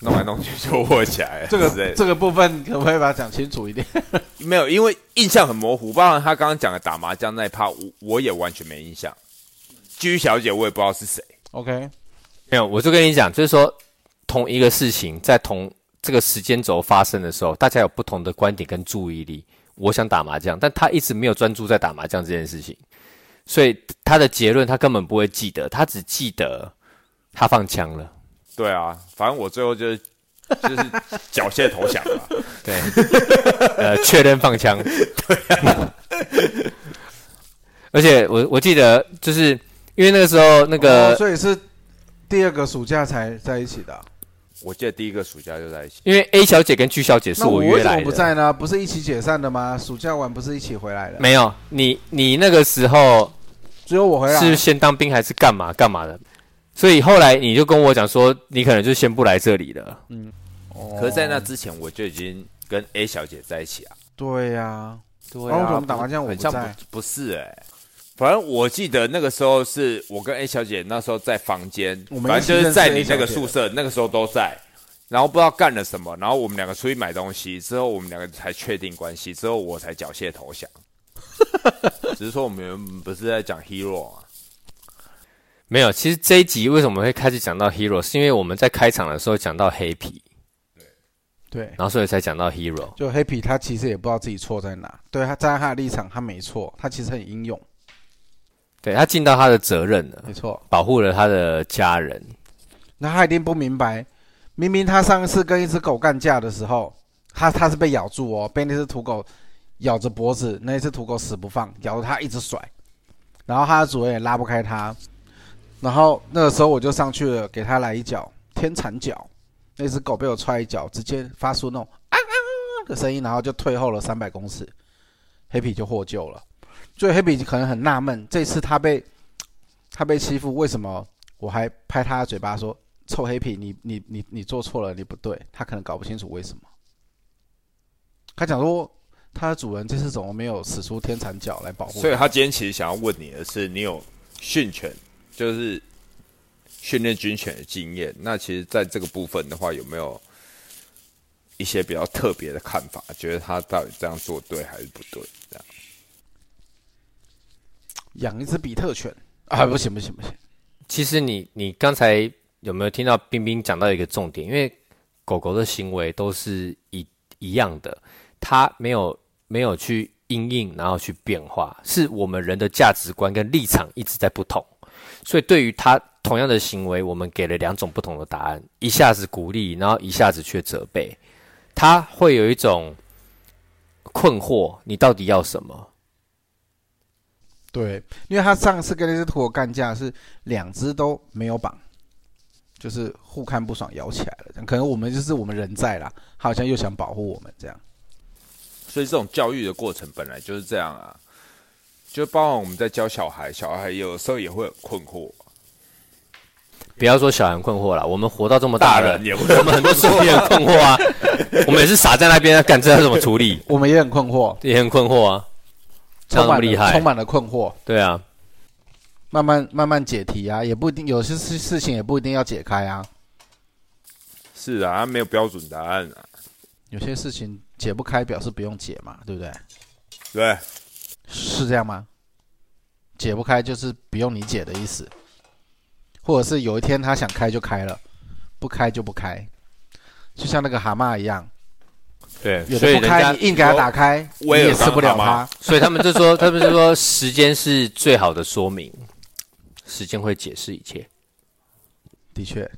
S4: 弄来弄去就握起来了
S2: 这
S4: 之类
S2: 个
S4: 的
S2: 这个部分可不可以把它讲清楚一点？
S4: 没有，因为印象很模糊。包含他刚刚讲的打麻将那一趴，我我也完全没印象。居小姐我也不知道是谁，
S2: OK，
S3: 没有，我就跟你讲，就是说同一个事情在同这个时间轴发生的时候，大家有不同的观点跟注意力。我想打麻将，但他一直没有专注在打麻将这件事情，所以他的结论他根本不会记得，他只记得他放 枪了。
S4: 对啊，反正我最后就是就是缴械投降了。
S3: 对，呃，确认放枪。对啊，而且我我记得就是因为那个时候那个
S2: 哦所以是第二个暑假才在一起的啊。
S4: 我记得第一个暑假就在一起，
S3: 因为 A 小姐跟 G 小姐是
S2: 那我为
S3: 约
S2: 什
S3: 来
S2: 么
S3: 的，
S2: 不在呢？不是一起解散的吗？暑假完不是一起回来的？
S3: 没有你你那个时候
S2: 只有我回来。
S3: 是先当兵还是干嘛干嘛的，所以后来你就跟我讲说，你可能就先不来这里了。
S2: 哦
S4: 可是在那之前我就已经跟 A 小姐在一起啊。
S2: 对呀，
S4: 对
S2: 啊为什么打麻将我
S4: 很
S2: 不
S4: 像
S2: 在
S4: 不不是哎、反正我记得那个时候是我跟 A 小姐那时候在房间，
S2: 我们
S4: 反正就是
S2: 一起认
S4: 在
S2: 识 A
S4: 你那个
S2: 小姐
S4: 宿舍，那个时候都在。然后不知道干了什么，然后我们两个出去买东西之后，我们两个才确定关系，之后我才缴械投 降。只是说我们原本不是在讲 hero 啊，
S3: 没有，其实这一集为什么会开始讲到 hero，是因为我们在开场的时候讲到黑皮，
S2: 对，
S3: 然后所以才讲到 hero。
S2: 就黑皮他其实也不知道自己错在哪，对他站在他的立场他没错，他其实很英勇，
S3: 对他尽到他的责任了，
S2: 没错。
S3: 保护了他的家人。
S2: 那他一定不明白，明明他上次跟一只狗干架的时候，他他是被咬住哦，被那只土狗咬着脖子，那只土狗死不放，咬着他一直甩，然后他的主人也拉不开他，然后那个时候我就上去了，给他来一脚天蚕脚，那只狗被我踹一脚，直接发出那种啊啊啊的声音，然后就退后了三百公尺，黑皮就获救了。所以黑皮可能很纳闷，这次他被他被欺负，为什么我还拍他的嘴巴说臭黑皮，你你你你做错了，你不对。他可能搞不清楚为什么。他讲说，他的主人这次怎么没有使出天蚕脚来保护
S4: 所以
S2: 他？
S4: 他今天其实想要问你的是，你有训犬，就是训练军犬的经验。那其实，在这个部分的话，有没有一些比较特别的看法？觉得他到底这样做对还是不对？这样
S2: 养一只比特犬啊，不行不行不行，
S3: 其实你你刚才有没有听到冰冰讲到一个重点？因为狗狗的行为都是一一样的，它没有没有去因应，然后去变化，是我们人的价值观跟立场一直在不同，所以对于它同样的行为，我们给了两种不同的答案，一下子鼓励，然后一下子却责备，它会有一种困惑，你到底要什么？
S2: 对，因为他上次跟那只土狗干架是两只都没有绑，就是互看不爽，咬起来了。这样可能我们就是我们人在啦，他好像又想保护我们这样。
S4: 所以这种教育的过程本来就是这样啊，就包含我们在教小孩，小孩有时候也会很困惑，
S3: 不要说小人困惑了，我们活到这么
S4: 大
S3: 大了
S4: 人，也会
S3: 我们很多时候也很困惑 啊，我们也是傻在那边，干这要怎么处理，
S2: 我们也很困惑，
S3: 也很困惑啊。这
S2: 充
S3: 样那么
S2: 满
S3: 厉
S2: 了
S3: 害
S2: 充满了困惑，
S3: 对啊，
S2: 慢慢慢慢解题啊，也不一定有些事事情也不一定要解开啊，
S4: 是啊，他没有标准答案啊，
S2: 有些事情解不开表示不用解嘛，对不对？
S4: 对。
S2: 是这样吗？解不开就是不用你解的意思，或者是有一天他想开就开了，不开就不开，就像那个蛤蟆一样，
S3: 对，
S2: 有
S3: 所以
S2: 的
S3: 人
S2: 不开
S3: 家
S2: 你，硬给它打开，你
S4: 威尔
S2: 也吃不了
S4: 刚蛤
S2: 它
S4: 蟆。
S3: 所以他们就 说，他们就说，时间是最好的说明，时间会解释一切。
S2: 的确，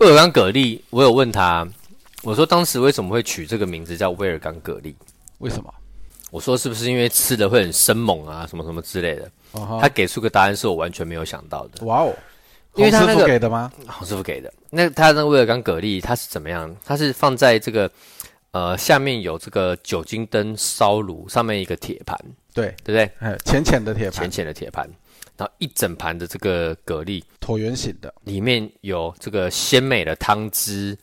S3: 威尔刚蛤蜊，我有问他，我说当时为什么会取这个名字叫威尔刚蛤蜊？
S2: 为什么？
S3: 我说是不是因为吃的会很生猛啊，什么什么之类的？
S2: 哦哈
S3: 他给出个答案是我完全没有想到的。
S2: 哇哦，
S3: 因为它
S2: 洪师
S3: 那
S2: 傅
S3: 个
S2: 给的吗？
S3: 洪师傅给的。那他那个威尔刚蛤蜊，它是怎么样？它是放在这个呃下面有这个酒精灯烧炉，上面一个铁盘，
S2: 对，
S3: 对不对？
S2: 哎，浅浅的铁
S3: 浅
S2: 盘，
S3: 浅的铁盘，然后一整盘的这个蛤蜊，
S2: 椭圆形的，
S3: 里面有这个鲜美的汤汁，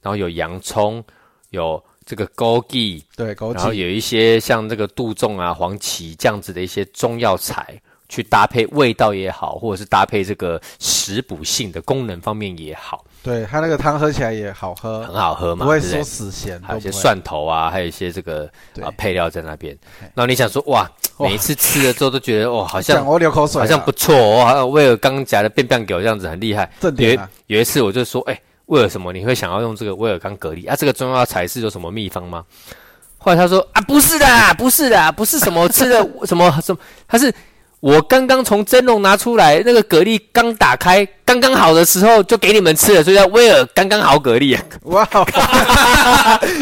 S3: 然后有洋葱，有这个枸杞，
S2: 对，枸
S3: 然后
S2: 杞，
S3: 有一些像这个杜仲啊、黄芪这样子的一些中药材，去搭配味道也好，或者是搭配这个食补性的功能方面也好，
S2: 对它那个汤喝起来也好
S3: 很
S2: 喝，
S3: 好喝
S2: 不
S3: 嘛，
S2: 会
S3: 对不对
S2: 说死咸，
S3: 还有
S2: 都
S3: 一些
S2: 不会
S3: 蒜头啊，还有一些这个
S2: 对
S3: 啊配料在那边。然后你想说，哇，
S2: 哇
S3: 每一次吃了之后都 觉得，哦，好像
S2: 讲我流口水啊，
S3: 好像不错哦，好像威尔刚夹的变变狗这样子很厉害。
S2: 正
S3: 有
S2: 点
S3: 一
S2: 啊，
S3: 有一次我就说，哎、为了什么你会想要用这个威尔刚蛤蜊啊？这个中药材是有什么秘方吗？后来他说啊，不是的，不是的，不是什么吃的 什么什么，他是我刚刚从蒸笼拿出来，那个蛤蜊刚打开，刚刚好的时候就给你们吃了，所以叫威尔刚刚好蛤蜊啊。
S2: 哇，哦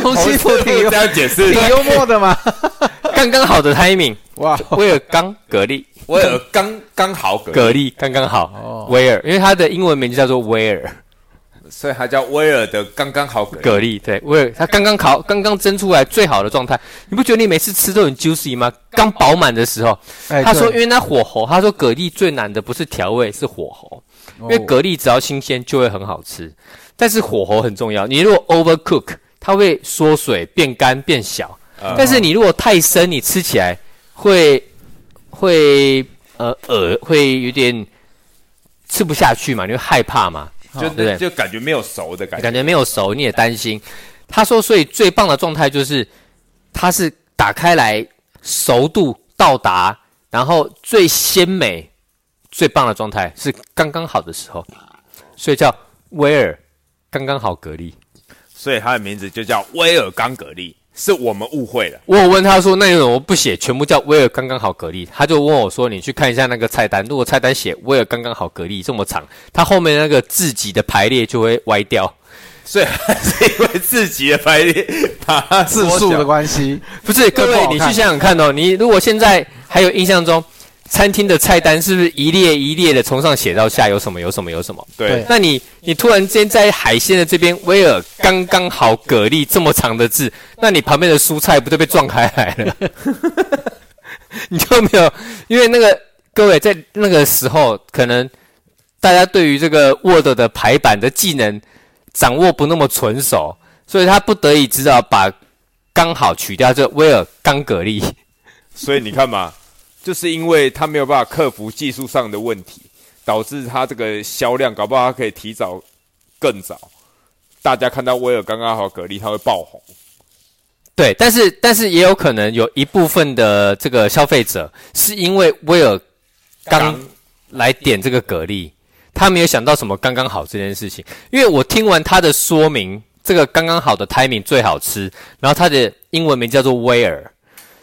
S3: 东西 不
S2: 好哦
S3: 这样解释，
S2: 挺幽默的 嘛，
S3: 刚刚好的 timing，
S2: 哇，哦
S3: 威尔刚蛤蜊，
S4: 我有刚刚好蛤
S3: 蛤
S4: 蜊，
S3: 蜊刚刚好
S2: 哦，
S3: 威尔，因为它的英文名字叫做威尔。
S4: 所以它叫威尔的刚刚好蛤蜊。
S3: 蛤蜊，对，我有它刚刚烤，刚刚蒸出来最好的状态。你不觉得你每次吃都很 juicy 吗？刚饱满的时候，
S2: 哎
S3: 他说，因
S2: 对
S3: 为那火候，他说蛤蜊最难的不是调味，是火候，因为
S2: 哦
S3: 蛤蜊只要新鲜就会很好吃，但是火候很重要。你如果 overcook，它会缩水、变干、变小，
S4: 嗯
S3: 但是你如果太生，你吃起来会会呃呃会有点吃不下去嘛，你会害怕嘛。
S2: 啊
S4: 就
S3: 对
S4: 那就感觉没有熟的感觉。
S3: 感觉没有熟，你也担心。他说，所以最棒的状态就是，它是打开来熟度到达，然后最鲜美、最棒的状态是刚刚好的时候，所以叫威尔刚刚好蛤蜊。
S4: 所以它的名字就叫威尔刚蛤蜊，是我们误会了。
S3: 我有问他说，那你怎么不写全部叫威尔刚刚好蛤蜊？他就问我说，你去看一下那个菜单，如果菜单写威尔刚刚好蛤蜊这么长，它后面那个字级的排列就会歪掉。
S4: 所以还是因为自己的排列把它
S2: 字
S4: 缩
S2: 数
S4: 小
S2: 的关系，
S3: 不是各
S2: 不
S3: 位
S2: 好，
S3: 你去
S2: 看
S3: 想想看哦，你如果现在还有印象中，餐厅的菜单是不是一列一列的从上写到下，有什么有什么有什么？
S4: 对
S2: 对，
S3: 那你你突然间在海鲜的这边，威尔刚刚好蛤蜊这么长的字，那你旁边的蔬菜不就被撞开来了？ 你就没有，因为那个各位在那个时候，可能大家对于这个 Word 的排版的技能掌握不那么纯熟，所以他不得已只好把刚好取掉这威尔刚蛤蜊。
S4: 所以你看嘛，就是因为它没有办法克服技术上的问题，导致它这个销量，搞不好它可以提早更早，大家看到威尔刚刚好蛤蜊，它会爆红。
S3: 对，但是但是也有可能有一部分的这个消费者是因为威尔刚来点这个蛤蜊，他没有想到什么刚刚好这件事情。因为我听完他的说明，这个刚刚好的 timing 最好吃，然后他的英文名叫做威尔，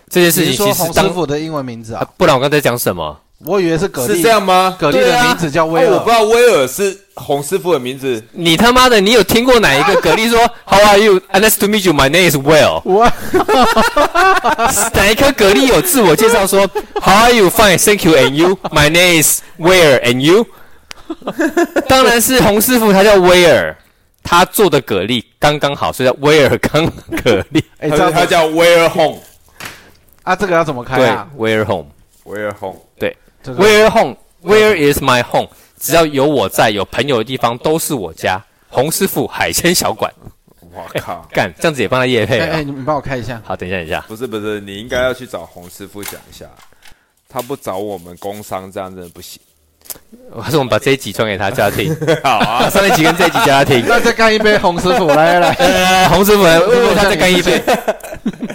S3: 这件事
S2: 你
S3: 情
S2: 是说
S3: 其实
S2: 洪师
S3: 当、
S2: 傅的英文名字
S3: 啊
S2: 啊？
S3: 不然我刚才讲什么？
S2: 我以为是蛤蜊，
S4: 是这样吗？
S2: 蛤蜊
S4: 对
S2: 的
S4: 啊
S2: 名字叫威
S4: 啊
S2: 尔
S4: 我不知道威尔是洪师傅的名字，
S3: 你他妈的，你有听过哪一个蛤蜊说 How are you? Ah, Nice to meet you. My name is Will.
S2: 我
S3: 哪一颗蛤蜊有自我介绍说 How are you? Fine, thank you. And you? My name is Where and you? 当然是洪师傅，他叫威尔，他做的蛤蜊刚刚好，所以叫威尔刚蛤 蜊。
S2: 哎，
S4: 他
S2: 这样
S4: 他
S2: 子
S4: 叫威尔 home，
S2: 啊，这个要怎么开
S3: 对
S2: 啊？
S3: ，Where home?
S4: 威尔 home。
S2: 这个
S3: Where home? Where is my home? 只要有我在，有朋友的地方都是我家。洪师傅海鲜小馆，
S4: 哇靠！
S3: 干这样子也帮他夜配
S2: 哎
S3: 啊
S2: 哎，。你们帮我开一下，
S3: 好，等一下，等一下，
S4: 不是不是，你应该要去找洪师傅讲一下，他不找我们工商这样真的不 行。
S3: 我还是我们把这一集传给他，叫他听。
S4: 好啊，
S3: 上一集跟这一集叫他听。
S2: 那再干一杯洪师傅，来来来，
S3: 呃，洪师傅，问问他再干一杯。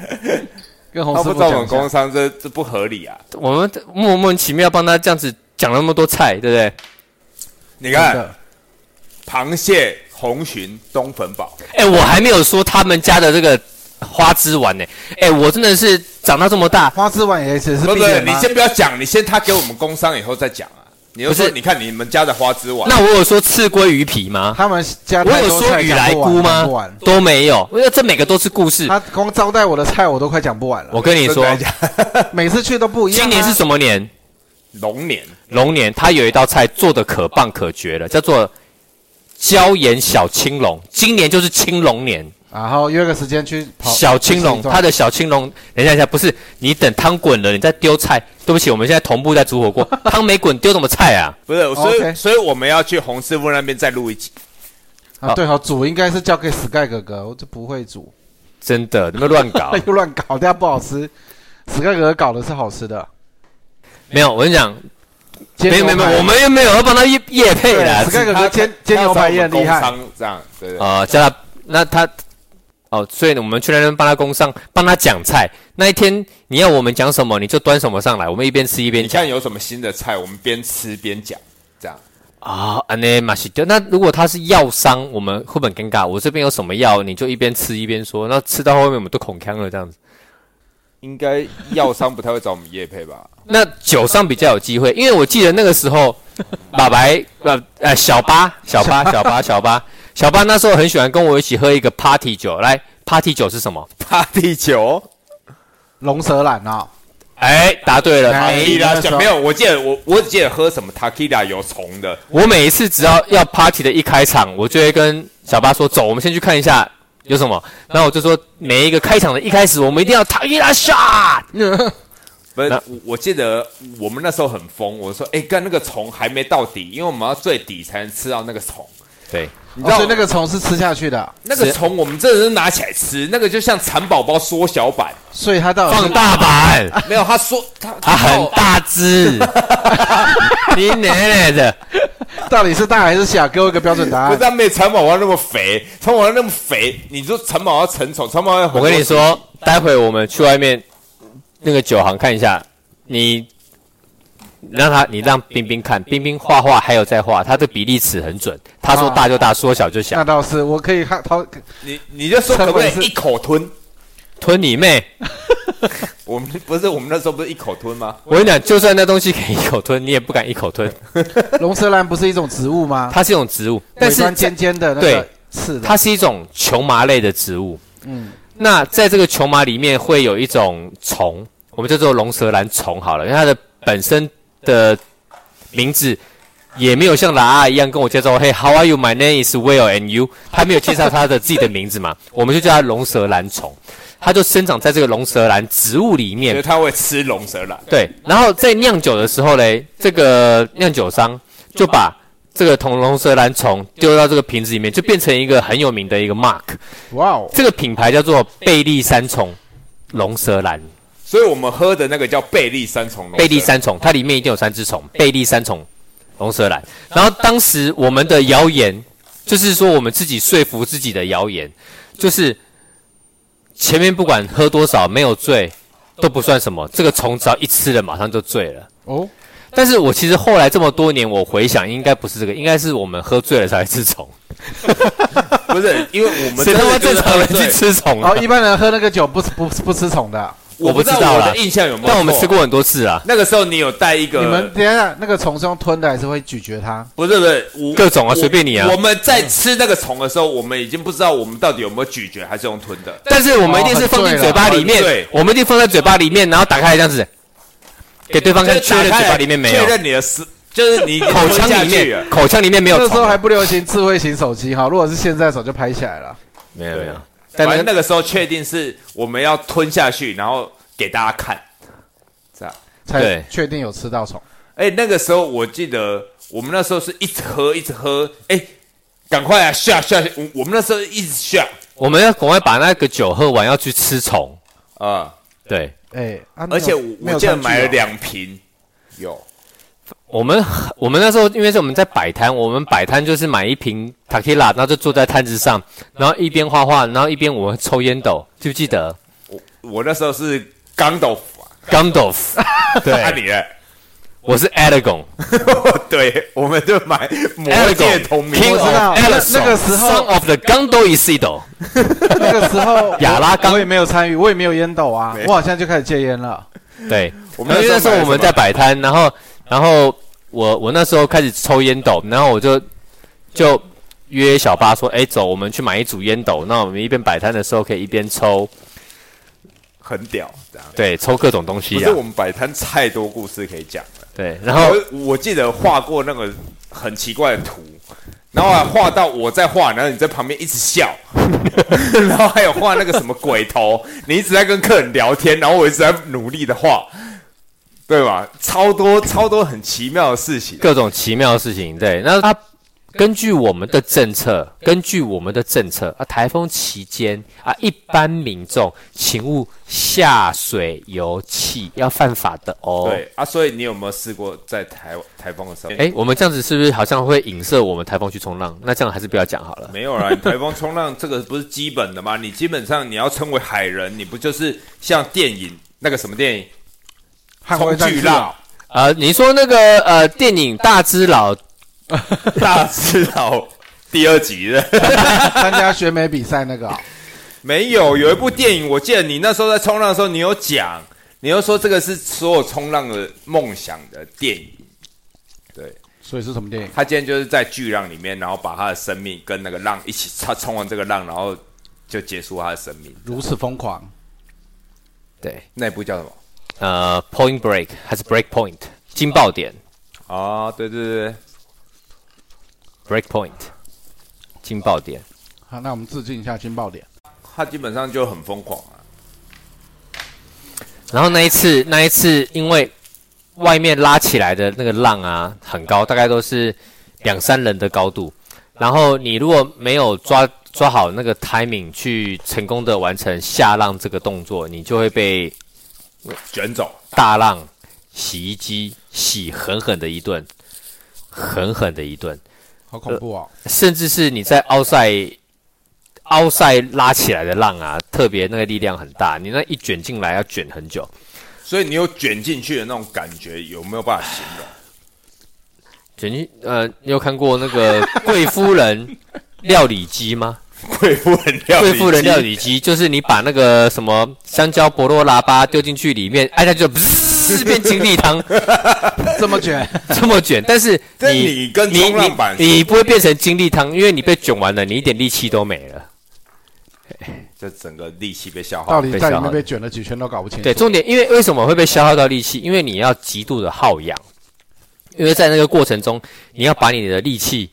S2: 跟洪
S4: 他
S2: 师
S4: 不
S2: 傅
S4: 找我
S2: 讲
S4: 们
S2: 一下
S4: 工商，这这不合理啊！
S3: 我们莫莫名其妙帮他这样子讲了那么多菜，对不对？
S4: 你
S2: 真
S4: 看，
S2: 的
S4: 螃蟹、红鲟、东粉堡，
S3: 哎、我还没有说他们家的这个花枝丸呢、哎、我真的是长到这么大，
S2: 花枝丸也是是
S4: 不
S2: 必
S4: 是
S2: 点
S4: 你
S2: 吗？
S4: 先不要讲，你先他给我们工商以后再讲啊。你就
S3: 不
S4: 说，
S3: 是
S4: 你看你们家的花枝丸，
S3: 那我有说刺鲑鱼皮吗？
S2: 他们家
S3: 我
S2: 太
S3: 有
S2: 多
S3: 说
S2: 菜
S3: 雨
S2: 讲
S3: 来
S2: 不完
S3: 菇
S2: 讲不
S3: 吗
S2: 完？
S3: 都没有，因为这每个都是故事。
S2: 他光招待我的菜我都快讲不完了
S3: 我，跟你说，
S4: 真的假的
S2: 每次去都不一样啊。
S3: 今年是什么年？
S4: 龙年
S3: 龙年，他有一道菜做的可棒可绝了，叫做椒盐小青龙。今年就是青龙年。
S2: 然后约个时间去跑
S3: 小青龙，它
S2: 他
S3: 的小青龙，等一下，等一下，不是你等汤滚了，你再丢菜。对不起，我们现在同步在煮 火锅，汤没滚，丢什么菜啊？
S4: 不是，所以
S2: 哦 OK
S4: 所以我们要去洪师傅那边再录一集。
S2: 啊，对哦，煮应该是交给 Sky 哥哥，我这不会煮，
S3: 真的，你们 乱搞
S2: 那。又乱搞，等下不好吃。Sky 哥哥搞的是好吃的，
S3: 没有，我跟你讲，
S2: 煎
S3: 没
S2: 牛
S3: 没没，
S2: 排
S3: 我们又没有要帮他业业配啦。
S2: 对 Sky 哥哥煎煎牛排也很厉害，，哦
S4: 这样对对。
S3: 啊，叫他那他哦，所以我们去那边帮他供上，帮他讲菜。那一天你要我们讲什么，你就端什么上来，我们一边 吃一边
S4: 你
S3: 讲
S4: 看有什么新的菜，我们边吃边讲，这样
S3: 啊。安内马西那如果他是药商，我们会不会很尴尬。我这边有什么药，你就一边吃一边说。那吃到后面我们都恐腔了这样子。
S4: 应该药商不太会找我们叶配吧？
S3: 那酒上比较有机会，因为我记得那个时候， 爸白呃呃小八小八小八小八小八那时候很喜欢跟我一起喝一个 party 酒。来，party 酒是什么？
S4: 趴地球，
S2: 龙舌兰啊，
S3: 哎，答对了，
S2: 哎
S3: 每一
S4: 你啦
S2: 那时候
S4: 讲没有？我记得我我只记得喝什么 Takila 有虫的，
S3: 我每一次只要要 party 的一开场，我就会跟小巴说：“走，我们先去看一下有什么。”然后我就说，每一个开场的一开始，我们一定要 t a k i l a shot。
S4: 不是
S3: 那，
S4: 我我记得我们那时候很疯，我说哎，干、那个虫还没到底，因为我们要最底才能吃到那个虫。
S3: 对，
S4: 你
S2: 哦
S4: 知道、
S2: 所以那个虫是吃下去的，
S4: 那个虫，我们真的是拿起来吃，那个就像蚕宝宝缩小 版，
S2: 所以它到底
S3: 放
S2: 是
S3: 大版，
S4: 没有它缩它
S3: 它很大 只，你奶奶的！
S2: 到底是大还是小？给我一个标准答
S3: 啊
S4: 不是
S2: 案。
S4: 它没有蚕宝宝那么肥，蚕宝宝那么肥，你说蚕宝宝成虫，蚕宝宝有很
S3: 我
S4: 多
S3: 跟你说，待会我们去外面那个酒行看一下，你让他，你让冰冰看，冰冰画画还有在画，他的比例尺很准，他说大就大，说小就小
S2: 那，倒是，我可以看掏
S4: 你你就说可不可以一口吞？
S3: 吞你妹！
S4: 我们不是我们那时候不是一口吞吗？
S3: 我跟你讲，就算那东西可以一口吞，你也不敢一口吞。
S2: 龙舌兰不是一种植物吗？
S3: 它是一种植物，但
S2: 尾
S3: 是
S2: 端尖尖的那个
S3: 对
S2: 刺的，
S3: 它是一种球麻类的植物。
S2: 嗯，
S3: 那在这个球麻里面会有一种虫，我们叫做龙舌兰虫好了，因为它的本身的名字也没有像拉阿一样跟我介绍，嘿，How are you? My name is Will and you。他没有介绍他的自己的名字嘛，我们就叫它龙舌兰虫。它就生长在这个龙舌兰植物里面
S4: 觉得，它会吃龙舌兰，
S3: 对，然后在酿酒的时候嘞，这个酿酒商就把这个铜龙舌兰虫丢到这个瓶子里面，就变成一个很有名的一个 mark。
S2: 哇哦，
S3: 这个品牌叫做贝利三重龙舌兰，
S4: 所以我们喝的那个叫贝利三重龙舌兰。
S3: 贝利三重，它里面一定有三只虫，贝利三重龙舌兰。然后当时我们的谣言，就是说我们自己说服自己的谣言，就是前面不管喝多少没有醉都不算什么，这个虫只要一吃了马上就醉了。
S2: 哦，
S3: 但是我其实后来这么多年，我回想应该不是这个，应该是我们喝醉了才会吃虫。
S4: 不是，因为我们
S3: 谁他妈正常人
S4: 真的就是
S3: 去
S4: 喝醉？
S3: 吃虫啊
S2: 哦，？一般人喝那个酒不是不不吃虫的啊。
S4: 我不知
S3: 我不知
S4: 道
S3: 道
S4: 我
S3: 啦
S4: 的印象有没有错？
S3: 但我们吃过很多次啊，
S4: 那个时候，你有带一
S3: 呃
S4: 个？
S2: 你们等一下，那个虫是用吞的还是会咀嚼它？
S4: 不是不是我
S3: 各种啊
S4: 我
S3: 随便你啊
S4: 我们在吃那个虫的时候，我们已经不知道我们到底有没有咀嚼还是用吞的。
S3: 但是我们一定是放进嘴巴里面
S4: 哦很醉，
S3: 我们一定放在嘴巴里面，然后打开来这样子，给对方看
S4: 就是
S3: 确
S4: 打
S3: 认
S4: 开
S3: 嘴巴里面没有
S4: 确，认你的食，就是你已经
S3: 口
S4: 吞
S3: 腔
S4: 下
S3: 里
S4: 去了
S3: 面，口腔里面没有
S2: 那个时
S3: 虫
S2: 候还
S3: 啊，
S2: 不流行智慧型手机哈，如果是现在手就拍下来了。
S3: 没有没有。但
S4: 反
S3: 那
S4: 正
S3: 个
S4: 那个时候确定是我们要吞下去，然后给大家看。
S2: 才
S3: 对
S2: 确定有吃到虫。
S4: 哎、那个时候我记得我们那时候是一直喝一直喝，哎、赶快啊下下，下我我们那时候一直下
S3: 我们要赶快把那个酒喝完，要去吃虫。
S4: 啊、
S3: 对，
S2: 哎，啊
S4: 而且我我
S2: 没有没有
S4: 记得
S2: 餐具哦
S4: 买了两瓶，有
S3: 我们我们那时候因为是我们在摆摊，我们摆摊就是买一瓶塔 q 拉，然后就坐在摊子上，然后一边画画，然后一边我们抽烟斗，记不记得
S4: 我我那时候是刚豆腐啊，
S3: ？Gandalf，
S4: 那你嘞？
S3: 我是 Aragon，
S4: 对，我们就买魔界
S3: Aragon
S4: 同名，
S3: King
S2: 我
S3: of
S2: 知道
S3: a l a s
S2: 那那个时候
S3: Son of the Gandalf
S2: 那个时 候
S3: 亚拉冈
S2: 我也没有参与，我也没有烟斗啊
S4: 没，
S2: 我好像就开始戒烟了。
S3: 对，
S4: 我们
S3: 然后因为那时候
S4: 买了
S3: 我们在摆摊，然后然后我我那时候开始抽烟斗，然后我就就约小巴说，哎，走，我们去买一组烟斗，那我们一边摆摊的时候可以一边抽，
S4: 什么很屌，这样。
S3: 对，抽各种东
S4: 不
S3: 西
S4: 是
S3: 啊
S4: 我，们摆摊太多故事可以讲了。
S3: 对，然后
S4: 我我记得画过那个很奇怪的图，然后还画到我在画，然后你在旁边一直笑， 然后还有画那个什么鬼头，你一直在跟客人聊天，然后我一直在努力的画，对吧？超多超多很奇妙的事情。
S3: 各种奇妙的事情，对，那他根据我们的政策，根据我们的政策啊，台风期间啊，一般民众请勿下水游憩，要犯法的哦。
S4: 对啊，所以你有没有试过在台台风的时候？
S3: 哎，我们这样子是不是好像会影射我们台风去冲浪？那这样还是不要讲好了。
S4: 没有啦，你台风冲浪这个不是基本的吗？你基本上你要称为海人，你不就是像电影那个什么电影《
S2: 捍卫
S4: 冲
S2: 战
S4: 巨
S2: 士啊
S4: 浪》
S3: 呃，你说那个呃电影《大只佬》
S4: 大只佬第二集的？
S2: 参加选美比赛那个啊、
S4: 没有，有一部电影，我记得你那时候在冲浪的时候，你有讲，你又说这个是所有冲浪的梦想的电影。对
S2: 所以是什么电影？
S4: 他今天就是在巨浪里面，然后把他的生命跟那个浪一起，他冲完这个浪，然后就结束他的生命。
S2: 如此疯狂，
S3: 对，
S4: 那部叫什么？
S3: 呃，Point Break 还是 Break Point 惊爆点
S4: 哦，对对对，
S3: ，Break Point 惊爆点。
S2: 好，那我们致敬一下金爆点。
S4: 他基本上就很疯狂啊。
S3: 然后那一次，那一次因为外面拉起来的那个浪啊很高，大概都是两三人的高度。然后你如果没有抓抓好那个 timing 去成功的完成下浪这个动作，你就会被
S4: 卷走，
S3: 大浪洗衣机洗狠狠的一顿，狠狠的一顿。
S2: 好恐怖哦！
S3: 甚至是你在奥赛奥赛拉起来的浪啊，特别那个力量很大，你那一卷进来要卷很久。
S4: 所以你有卷进去的那种感觉，有没有办法形 容？
S3: 卷进呃，你有看过那个 贵夫人料理机吗？
S4: 贵妇人料理，
S3: 贵夫人料，理机就是你把那个什么香蕉博罗拉巴丢进去里面，按下去就噗变精力汤，
S4: 呃
S2: 这么 卷，
S3: 这么卷。但是
S4: 但
S3: 你
S4: 你跟
S3: 你
S4: 冲浪板
S3: 你你不会变成精力汤，因为你被卷完了，你一点力气都没了。
S4: 就整个力气哦被消
S2: 到
S4: 耗。
S2: 底在里面被卷了几圈都搞不清楚。
S3: 对，重点因为为什么会被消耗到力气？因为你要极度的耗氧，因为在那个过程中，你要把你的力气、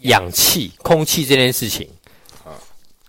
S3: 氧气、空气这件事情，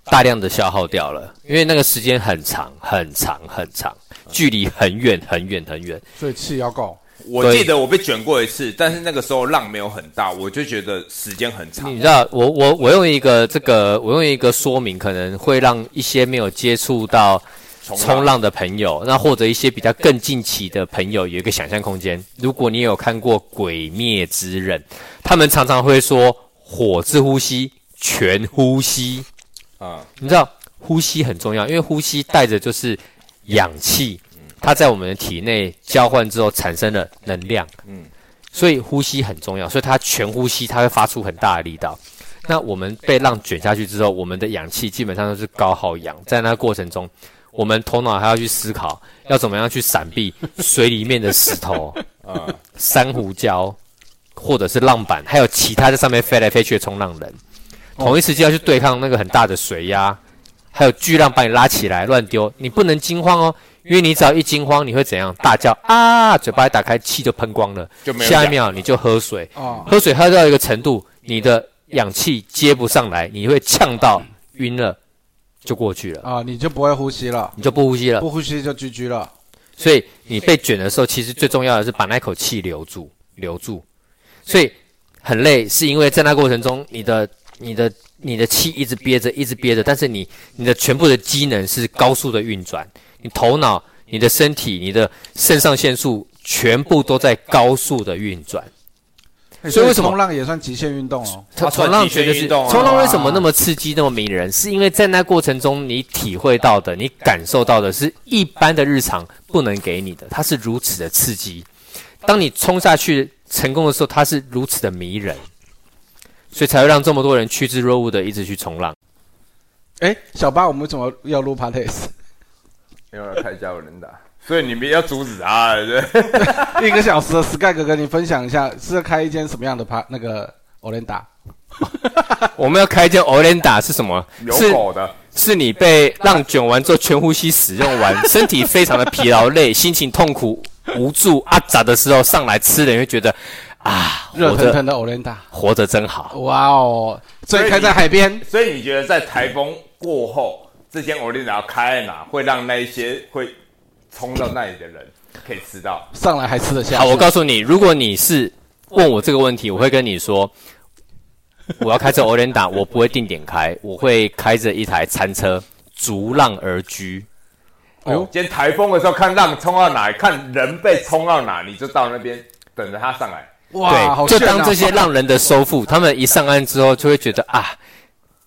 S3: 大量的消耗掉了，因为那个时间很长、很长、很长，距离很远、很远、很远。
S2: 所以气要够。
S4: 我记得我被卷过一次，但是那个时候浪没有很大，我就觉得时间很长
S3: 你。知道，我我我用一个这个，我用一个说明，可能会让一些没有接触到冲浪的朋友，那或者一些比较更近期的朋友有一个想象空间。如果你有看过《鬼灭之刃》，他们常常会说“火之呼吸，全呼吸”。
S4: 啊，
S3: 你知道呼吸很重要，因为呼吸带着就是氧气，它在我们的体内交换之后产生了能量，嗯，所以呼吸很重要，所以它全呼吸，它会发出很大的力道。那我们被浪卷下去之后，我们的氧气基本上都是高耗氧，在那过程中，我们头脑还要去思考要怎么样去闪避水里面的石头、珊瑚礁，或者是浪板，还有其他在上面飞来飞去的冲浪人。同一时间要去对抗那个很大的水压，还有巨浪把你拉起来乱丢，你不能惊慌哦，因为你只要一惊慌，你会怎样？大叫啊，嘴巴一打开，气就喷光了，
S4: 就没有
S3: 下一
S4: 氧
S3: 秒你就喝水，
S2: 哦
S3: 喝水喝到一个程度，你的氧气接不上来，你会呛到晕了，就过去了，
S2: 啊，你就不会呼吸了，
S3: 你就不呼吸了。
S2: 不呼吸就 GG 了。
S3: 所以你被卷的时候，其实最重要的是把那口气留住，留住。所以很累，是因为在那过程中，你的、你的、你的气一直憋着，一直憋着，但是你、你的全部的机能是高速的运转，你头脑、你的身体、你的肾上腺素全部都在高速的运转。
S2: 哎
S3: 所以为什么
S2: 冲浪也算极限运动哦？
S4: 它
S3: 冲
S4: 算
S3: 冲浪
S4: 极限
S3: 绝对是
S4: 运动啊
S3: 冲浪为什么那么刺激、那么迷人？是因为在那过程中，你体会到的、你感受到的是一般的日常不能给你的，它是如此的刺激。当你冲下去成功的时候，它是如此的迷人，所以才会让这么多人趋之若鹜的一直去冲浪。
S2: 哎，小八，我们为什么要录 Podcast？
S4: 又要开加油人打，所以你们要阻止他， 对不对？
S2: 一个小时的 Sky 哥跟你分享一下，是要开一间什么样的趴那个 Olenda？
S3: 我们要开一间 Olenda 是什么？
S4: 有
S3: 是
S4: 狗的，
S3: 是你被浪卷完之后全呼吸使用完，身体非常的疲劳累，心情痛苦无助阿杂的时候上来吃了，你会觉得啊，
S2: 热
S3: 活
S2: 腾
S3: 着
S2: 腾的 Olenda，
S3: 活着真好。
S2: 哇哦！
S4: 所
S2: 所
S4: 以
S2: 以
S4: 你
S2: 开在海边，
S4: 所以你觉得在台风过后，这间欧丽达开在哪，会让那一些会冲到那里的人可以吃到？
S2: 上来还吃得下。
S3: 好，我告诉你，如果你是问我这个问题，我会跟你说，我要开着 Orenda，我不会定点开，我会开着一台餐车，逐浪而居。
S2: 哎呦
S4: 哦，今天台风的时候，看浪冲到哪，看人被冲到哪，你就到那边等着他上来。
S2: 哇，好
S3: 对，就
S2: 炫啊
S3: 当这些浪人的 收腹，他们一上岸之后就会觉得啊，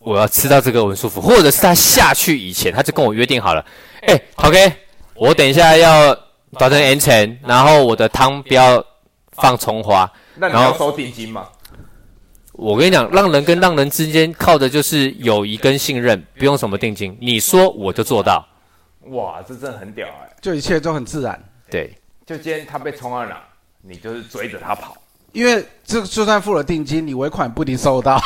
S3: 我要吃到这个我很舒服，或者是他下去以前他就跟我约定好了，哎、o k 我等一下要保证安全，然后我的汤不要放葱花。
S4: 那你
S3: 然后
S4: 要收定金嘛？
S3: 我跟你讲，浪人跟浪人之间靠的就是友谊跟信任，不用什么定金，你说我就做到。
S4: 哇，这真的很屌哎、
S2: 就一切都很自然。
S3: 对，
S4: 就今天他被冲到哪，你就是追着他跑。
S2: 因为这就算付了定金，你尾款不一定收得到。